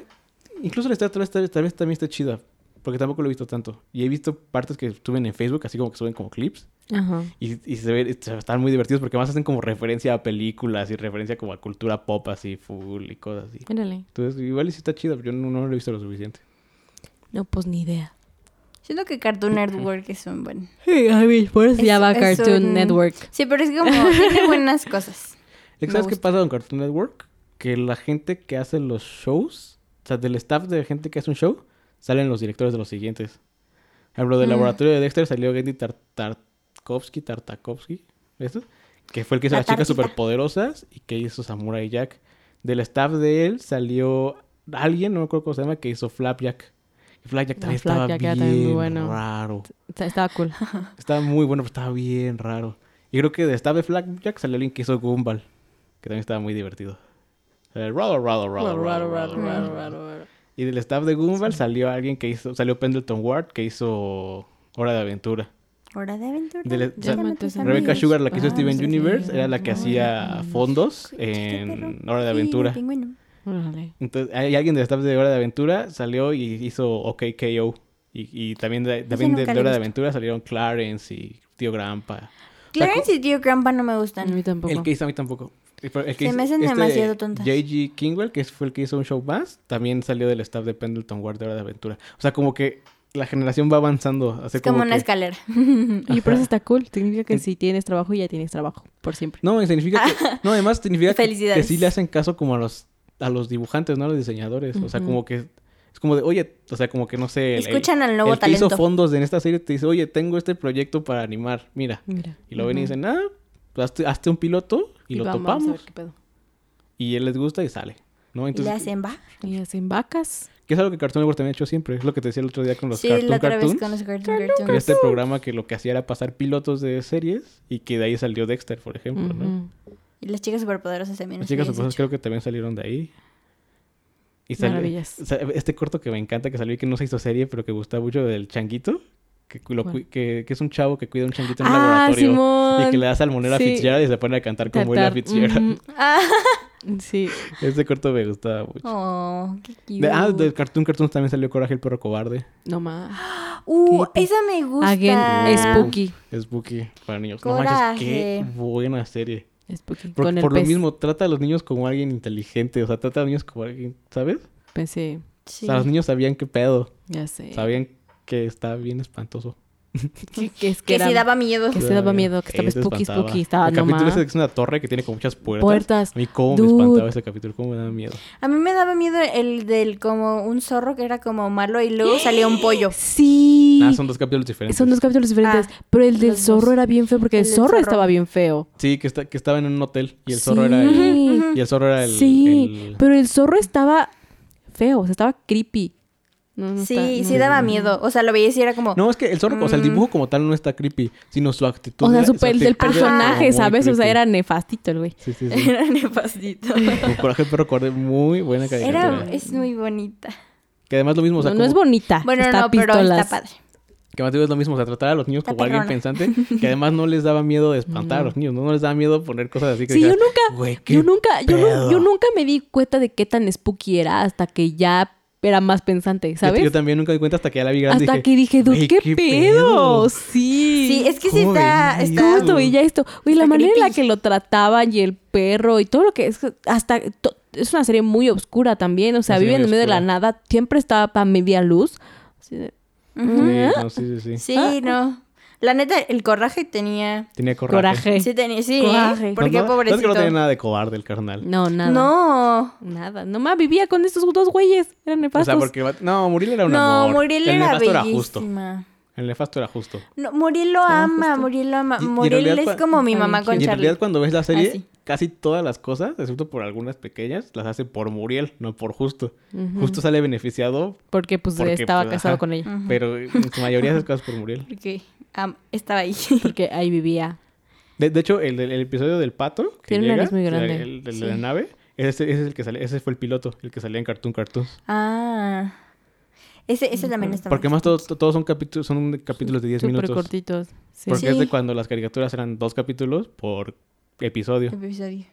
incluso la historia tal vez, tal vez- tal vez también está chida, porque tampoco lo he visto tanto. Y he visto partes que suben en Facebook, así como que suben como clips. Ajá. Y, y se ve- se- están muy divertidos porque más hacen como referencia a películas y referencia como a cultura pop así, full y cosas así. Mírale. Entonces, igual y sí está chido, pero yo no, no lo he visto lo suficiente. No, pues ni idea. Siento que Cartoon Network es un buen... Sí, a mí, por eso se Es- llama es Cartoon un- Network. Sí, pero es como, tiene buenas cosas. Es que, Me ¿Sabes qué gusta. pasa con Cartoon Network? Que la gente que hace los shows, o sea, del staff de gente que hace un show, salen los directores de los siguientes. Por ejemplo, del Mm. laboratorio de Dexter salió Gendy Tar- Tarkovsky, Tartakovsky, ¿esto? Que fue el que hizo La las chicas tartita. superpoderosas y que hizo Samurai Jack. Del staff de él salió alguien, no me acuerdo cómo se llama, que hizo Flapjack. Y Flapjack No, también Flapjack estaba era bien también muy bueno. raro. Está- Estaba cool. Estaba muy bueno, pero estaba bien raro. Y creo que de Stab de Flapjack salió alguien que hizo Gumball, que también estaba muy divertido. Eh, Raro, raro, raro, raro, raro, raro, raro. Y del staff de Gumball salió alguien que hizo, salió Pendleton Ward, que hizo Hora de Aventura. Hora de aventura. De la- llama a tus También Rebecca amigos. Sugar, la que hizo Ah, Steven sí. Universe, era la que Ay, hacía fondos en Hora de Aventura. Órale. Entonces, hay alguien del staff de Hora de Aventura salió y hizo OKKO. Y, y también, de, también de, nunca de la he Hora de visto. Aventura salieron Clarence y Tío Grampa. Clarence y Tío Grandpa no me A gustan. mí tampoco. El que hizo a mí tampoco. El que Se me hacen demasiado tontas. J.G. Kingwell, que fue el que hizo un show más, también salió del staff de Pendleton Ward de Hora de Aventura. O sea, como que la generación va avanzando. Así Es como una que- escalera. Mm, Y por eso está cool. Significa que si tienes trabajo, ya tienes trabajo. Por siempre. No, y significa que... No, además significa que, que Felicidades. sí le hacen caso como a los, a los dibujantes, ¿no? A los diseñadores. O sea, Ujú. como que... Es como de, oye, o sea, como que no sé... el- Escuchan al nuevo el que hizo talento. fondos en esta serie te dice, oye, tengo este proyecto para animar, mira. Mira. Y lo ven y Ujú. dicen, ah, pues, hazte, hazte un piloto y, lo vamos a topamos. ver qué pedo. Y él les gusta y sale. ¿no? Y le Entonces, hacen va. Y hacen vacas. Que es algo que Cartoon Network también ha hecho siempre. Es lo que te decía el otro día con los Sí, Cartoon la otra vez Cartoons. con los Cartoon Que era Cartoons. este programa que lo que hacía era pasar pilotos de series y que de ahí salió Dexter, por ejemplo, ¿no? Ujú. Y las chicas superpoderosas también. Las nos chicas habían supuestas dicho. creo que también salieron de ahí. Y salió, Maravillas. sa- este corto que me encanta que salió y que no se hizo serie, pero que gusta mucho del changuito. Que, cu- lo cu- ¿Cuál? que, que es un chavo que cuida un changuito en un Ah, laboratorio. Simón. Y que le da salmonera Sí. a Fitzgerald y se pone a cantar como Ella Tartar. Fitzgerald. Ujú. Ah, Sí. Este corto me gustaba mucho. Oh, qué cute. De- ah, del Cartoon Cartoons también salió Coraje el perro cobarde. No más. Uh, creepy. esa me gusta. Again, Ah, spooky. Es Bucky para niños. No manches, qué Coraje. buena serie. Spooky. Por, Con el por lo pez. mismo, trata a los niños como alguien inteligente. O sea, trata a los niños como alguien, ¿sabes? Pues sí, Sí. O sea, los niños sabían qué pedo. ya sé. Sabían que estaba bien espantoso. Que, que es que, Que era- sí daba miedo. que- se daba miedo, que estaba se spooky, espantaba. spooky, estaba, El no capítulo ma. ese que es una torre que tiene como muchas puertas. Puertas. A mí cómo Dude. me espantaba ese capítulo, cómo me daba miedo. A mí me daba miedo el del como un zorro que era como malo y luego salía un pollo. Sí. Ah, son dos capítulos diferentes. Son dos capítulos diferentes. pero el del Ah, los zorro dos. era bien feo porque el, El del zorro, zorro. estaba bien feo. Sí, que, está, que estaba en un hotel y el zorro era el... Sí. Ujú. Y el zorro era el... Sí, el- pero el zorro estaba feo, o sea, estaba creepy. No, no Sí, está- no. sí daba miedo. O sea, lo veía y era como... No, es que el zorro, o sea, el Mm. dibujo como tal no está creepy, sino su actitud. O sea, era- su, el del actitud era personaje, muy ¿sabes? O sea, creepy. era nefastito el güey. Sí, sí, sí. Era nefastito. Con Coraje el perro cobarde, muy buena caricatura. Era, es muy bonita. Que además lo mismo, o sea, no, no es como- bonita. Bueno, Ah, está no, pero pistolas. está padre. que además es lo mismo, o sea, tratar a los niños Está como alguien perrona. pensante, que además no les daba miedo de espantar a los niños, no, No les daba miedo poner cosas así que Sí, yo dijeras, nunca, "Güey, qué yo nunca, yo, nu- pedo". yo nunca me di cuenta de qué tan spooky era hasta que ya era más pensante, Yo- ¿sabes? Yo, también nunca me di cuenta hasta que ya la vi grande. Hasta dije, que dije, dude, "Güey, ¿qué, pedo? Sí. Sí, es que sí ¿Cómo está. veía? está- ¿Cómo Claro. esto veía esto? Güey, la Está manera en la creepy. que lo trataban y el perro y todo lo que es. Hasta. to- es una serie muy oscura también. O sea, Una serie viven en muy medio de la oscura. nada. Siempre estaba para media luz. Así de, Ujú. Sí, no, sí, sí, sí. Ah. Sí, no. La neta, el coraje tenía. Tenía coraje. coraje. Sí, tenía, sí. Coraje. ¿eh? Porque no, no, sabes que pobrecito. no tenía nada de cobarde el carnal. No, nada. No. Nada. Nomás vivía con estos dos güeyes. Eran O nefastos. sea, porque... va- No, Muriel era un No, amor. Muriel el era nefasto era justo. bellísima. El nefasto era justo. No, Muriel lo Estaba ama, justo. Muriel lo ama. Y- y en Muriel realidad es cua- como mi Está mamá bien con y en Charlie. realidad cuando ves Ah, la serie, Así. casi todas las cosas, excepto por algunas pequeñas, las hace por Muriel, no por Justo. Justo sale beneficiado, Porque, pues Porque, estaba pues, casado ajá. con ella. pero en su mayoría de esas cosas por Muriel. Porque am- estaba ahí. Porque ahí vivía. De, de hecho, el, del- el episodio del pato, que Tiene una llega, nariz muy la- grande. el, el de Sí. la nave, ese, ese es el que sale, ese fue el piloto, el que salía en Cartoon Cartoons. ah. Ese, ese también está Porque muy- más todos, todos son capítulos, son capítulos de 10 Súper minutos. cortitos. Sí. Sí. Porque es de cuando las caricaturas eran dos capítulos por episodio. episodio.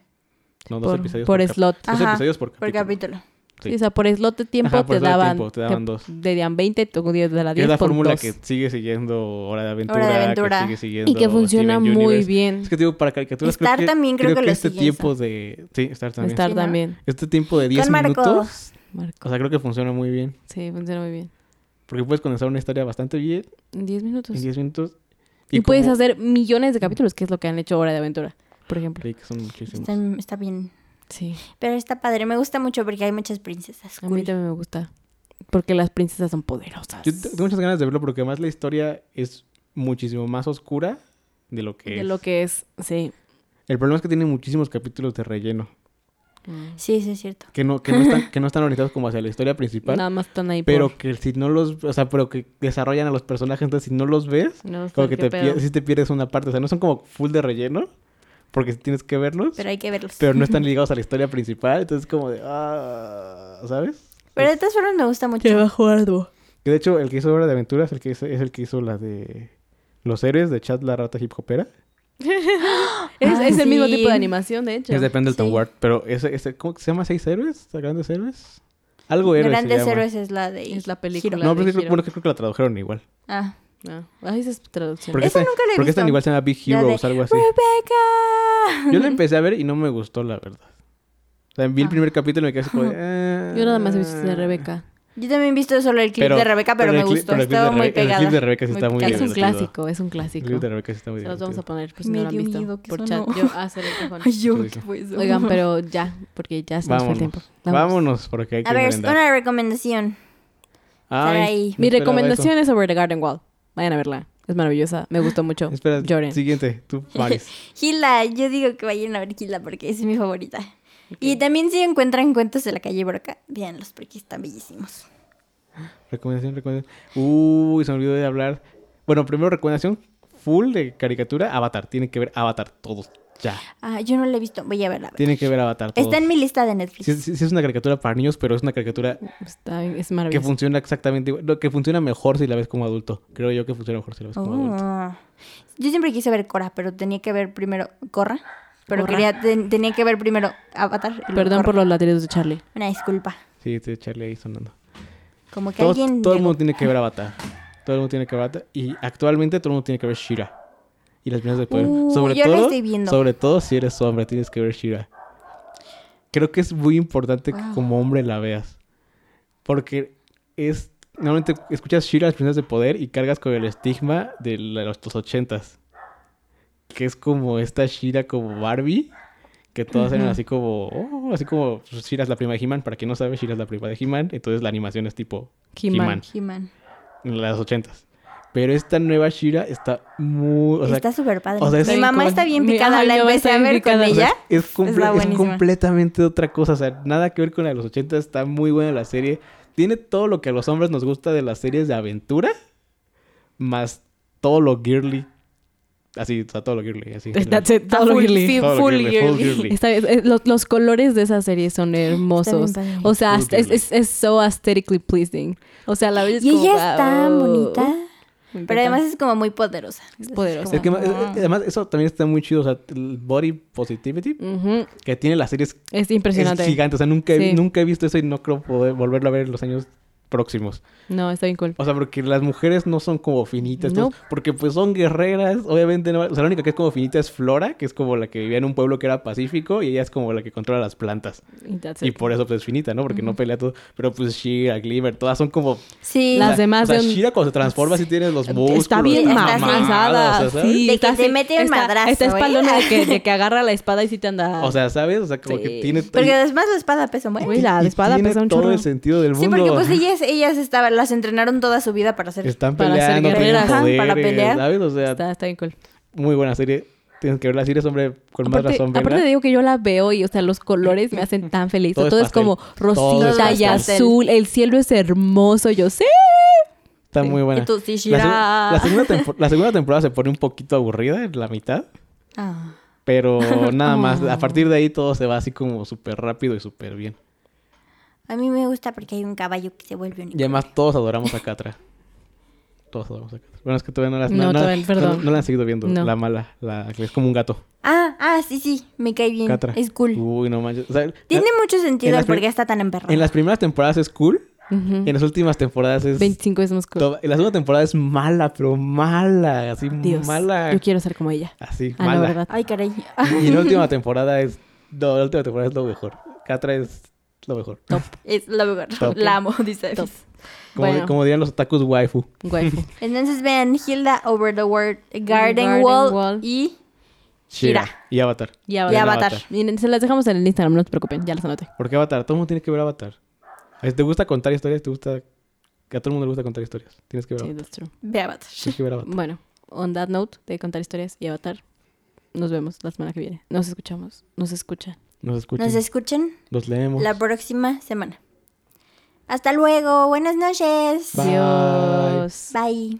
No, dos por episodios por cap- slot. Dos Ajá, episodios por Por capítulo. capítulo. Sí. Sí, o sea, por slot de tiempo, Ajá, por te, slot de daban, tiempo, te daban dos. Te daban 20, te de la 10 es la por fórmula dos. que sigue siguiendo Hora de Aventura. Hora de Aventura. Que sigue siguiendo Y que funciona Steven muy Universe. bien. Es que digo, para caricaturas Star creo que, también creo que lo este sigue eso. tiempo de... Sí, Star también. Estar Sí, ¿no? también. Este tiempo de 10 Con Marco. minutos... Marco. O sea, creo que funciona muy bien. Sí, funciona muy bien. Porque puedes condensar una historia bastante bien En 10 minutos. en 10 minutos. Pues, y puedes como- hacer millones de capítulos, que es lo que han hecho Hora de Aventura, por ejemplo. Sí, que son muchísimos. Está, está bien. Sí, Pero está padre. Me gusta mucho porque hay muchas princesas. a cool. mí también me gusta. Porque las princesas son poderosas. Yo te- tengo muchas ganas de verlo porque además la historia es muchísimo más oscura de lo que De es. lo que es, sí. El problema es que tiene muchísimos capítulos de relleno Mm. Sí, eso es cierto. que no, que no, están, que no están orientados como hacia la historia principal. Nada más están ahí Pero por... que si no los, o sea, pero que desarrollan a los personajes, entonces si no los ves, No, como sé que qué te, pedo. pier- sí te pierdes una parte. O sea, no son como full de relleno, porque sí tienes que verlos, pero, Pero hay que verlos. no están ligados a la historia principal, entonces como de, ah, ¿sabes? Pero de todas formas me gusta mucho. Trabajo arduo. Que de hecho, el que hizo Hora de Aventura es el que hizo, es el que hizo la de Los Héroes de Chad la Rata Hip Hopera. Es, Ah, es el mismo sí. tipo de animación, de hecho. Es de Pendleton Sí. Ward, pero ese, ese, ¿cómo que se llama? ¿Seis héroes? ¿Grandes héroes? Algo héroes. se Grandes llama. héroes es la de. Es la película. No, pero de sí, Hero. bueno, creo que la tradujeron igual. Ah. No. Ay, esa es traducción. Porque Esa esta- nunca la he Porque esta visto. igual se llama Big La de ¡Uh! Heroes, algo así. ¡Rebeca! Yo la empecé a ver y no me gustó, la verdad. O sea, vi el Ah. primer capítulo y me quedé así como de, "Ah". Yo nada más he visto de Rebeca. Yo también he visto solo el clip de Rebeca, pero, el me clip- gustó. pero el clip Estaba de muy Rebeca- pegada. El clip de Rebeca sí está muy Es divertido. un clásico, es un El clásico. clip de Rebeca sí está muy Se los divertido. vamos a poner, pues si Me no lo han dio visto. miedo que por sonó. chat, yo hacer el cajón. Ay, yo, Sí, qué sí. fue eso? Oigan, pero ya, porque ya se nos fue el Vámonos. tiempo. Vamos. Vámonos, porque hay que A ver, merendar. una recomendación. Ay, Sara ahí. no Mi esperaba recomendación es sobre The Garden Wall. Vayan a verla. Es maravillosa. Me gustó mucho. eso. Espera, Lloren. siguiente. Tú, Maris. Gila, yo digo que vayan a ver Gila porque es mi favorita. Y también si encuentran cuentos de la calle Broca, véanlos porque están bellísimos. Recomendación, recomendación. Uy, se me olvidó de hablar. Bueno, primero recomendación full de caricatura, Avatar. Tienen que ver Avatar todos. Ya. Ah, yo no la he visto, voy a verla. a ver. Tienen que ver Avatar todos. Está en mi lista de Netflix. Sí, sí- sí es una caricatura para niños, pero es una caricatura Está- es que maravillosa. funciona exactamente igual. no, que funciona mejor si la ves como adulto. Creo yo que funciona mejor si la ves como adulto. Oh. Yo siempre quise ver Cora, pero tenía que ver primero Corra. Pero Corra. quería, ten- tenía que ver primero Avatar. y luego Perdón Corra. por los latidos de Charlie. Una disculpa. Sí, te echarle ahí sonando. Como que Todos- alguien. todo el llegó. mundo tiene que ver Avatar. Todo el mundo tiene que ver Avatar. Y actualmente todo el mundo tiene que ver Shira. Y las minas de poder. Uh, sobre yo la todo, estoy viendo. sobre todo si eres hombre, tienes que ver Shira. Creo que es muy importante que Wow. como hombre la veas. Porque es. Normalmente escuchas Shira las princesas de poder y cargas con el estigma de la- los los ochentas. Que es como esta Shira como Barbie. Que todas eran así como. oh, así como pues, Shira es la prima de He-Man. Para quien no sabe, Shira es la prima de He-Man. Entonces la animación es tipo He-Man. He-Man He-Man. en las ochentas. Pero esta nueva Shira está muy... O sea, está súper padre. o sea, es- mi mamá está bien Mi- picada. ajá, la mi mamá empecé está a bien ver con picada. o sea, ella. es, comple- está es buenísima. completamente otra cosa. O sea, nada que ver con la de los ochentas. Está muy buena la serie. Tiene todo lo que a los hombres nos gusta de las series de aventura. Más todo lo girly. Así, o sea, todo lo girly. Así, en general. That's it, todo lo full, girly. sí, Todo lo full girly, full girly. girly. Está bien, eh, los, los colores de esa serie son hermosos. padre. O sea, Full es, es, girly. es, es so aesthetically pleasing. O sea, la ves Y como, ella es tan wow. bonita. Me encanta. Pero además es como muy poderosa. Es poderosa. Es que ma- es- Ah. es- además eso también está muy chido. O sea, el body positivity Ujú, que tiene las series es es impresionante. gigante. O sea, nunca he, Sí. nunca he visto eso y no creo poder volverlo a ver en los años próximos. No, está bien cool. O sea, porque las mujeres no son como finitas. ¿no? Nope. Porque pues son guerreras, obviamente. No, o sea, la única que es como finita es Flora, que es como la que vivía en un pueblo que era pacífico y ella es como la que controla las plantas. Y that's Y it. por eso pues es finita, ¿no? Porque no pelea todo. Pero pues Shira, Glimmer, todas son como... Sí. Las o sea, demás O sea, de un- Shira cuando se transforma sí tiene los músculos. Está bien está mamada. mamada, o sea, ¿sabes? sí, De está que te así- mete un está- madrazo, Está ¿eh? espalona de que, de que agarra la espada y sí te anda. O sea, ¿sabes? O sea, como que Sí. tiene... Porque además la espada pesa muy Güey, la y espada tiene pesa un todo chorro. el sentido del Sí, mundo. porque pues ellas, ellas estaban, las entrenaron toda su vida para hacer. Están para peleando, ser tienen guerreras. Ajá, poderes, para pelear. ¿sabes? O sea, Está, está bien cool. muy buena serie. Tienes que ver la serie, hombre, con más Aparte, razón, aparte ¿verdad? digo que yo la veo y, o sea, los colores me hacen tan feliz. Todo Todo, es es, como pastel. Todo es rosita y pastel. azul. El cielo es hermoso. Yo sé. Está muy buena. Y tú, sí, La, Shira. seg- la segunda tempo- la segunda temporada se pone un poquito aburrida en la mitad, Ah. pero nada más. Oh. A partir de ahí todo se va así como súper rápido y súper bien. A mí me gusta porque hay un caballo que se vuelve Y un... además todos adoramos a Catra. Todos adoramos a Catra. Bueno, es que todavía no la No, todavía- perdón. no la han seguido viendo, No. la mala, la que es como un gato. Ah, ah, sí, sí. Me cae bien. Catra. Es cool. Uy, no manches. O sea, Tiene mucho en sentido las el por prim- qué está tan emperrado. En las primeras temporadas es cool, Ujú. en las últimas temporadas es... 25 es más cool. to- En la segunda temporada es mala, pero mala, así Dios. mala. Yo quiero ser como ella. Así, Ah, no, mala. ¿verdad? Ay, caray. Y la última temporada es. No, la última temporada es lo mejor. Catra es lo mejor. Es la mejor. Top. La amo, dice Top. Elvis. Como, Bueno. como dirían los otakus waifu. Waifu. Entonces vean Hilda Over the World, Garden, Garden Wall, Wall. y Shira. Shira. Y Avatar. Y Y ahora. Avatar. Avatar. Miren, se las dejamos en el Instagram, no se preocupen, ya las anoté. ¿Por qué Avatar? Todo el mundo tiene que ver Avatar. A Si te gusta contar historias, te gusta. A todo el mundo le gusta contar historias. Tienes que ver Sí, Avatar. that's true. Ve Avatar. Tienes que ver Avatar. Bueno, on that note de contar historias y avatar, nos vemos la semana que viene. Nos escuchamos, nos escuchan. Nos escuchan. Nos escuchen Los leemos. la próxima semana. Hasta luego. Buenas noches. Bye. Adiós. Bye.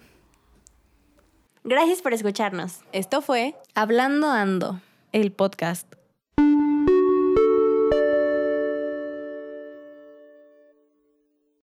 Gracias por escucharnos. Esto fue Hablando Ando. el podcast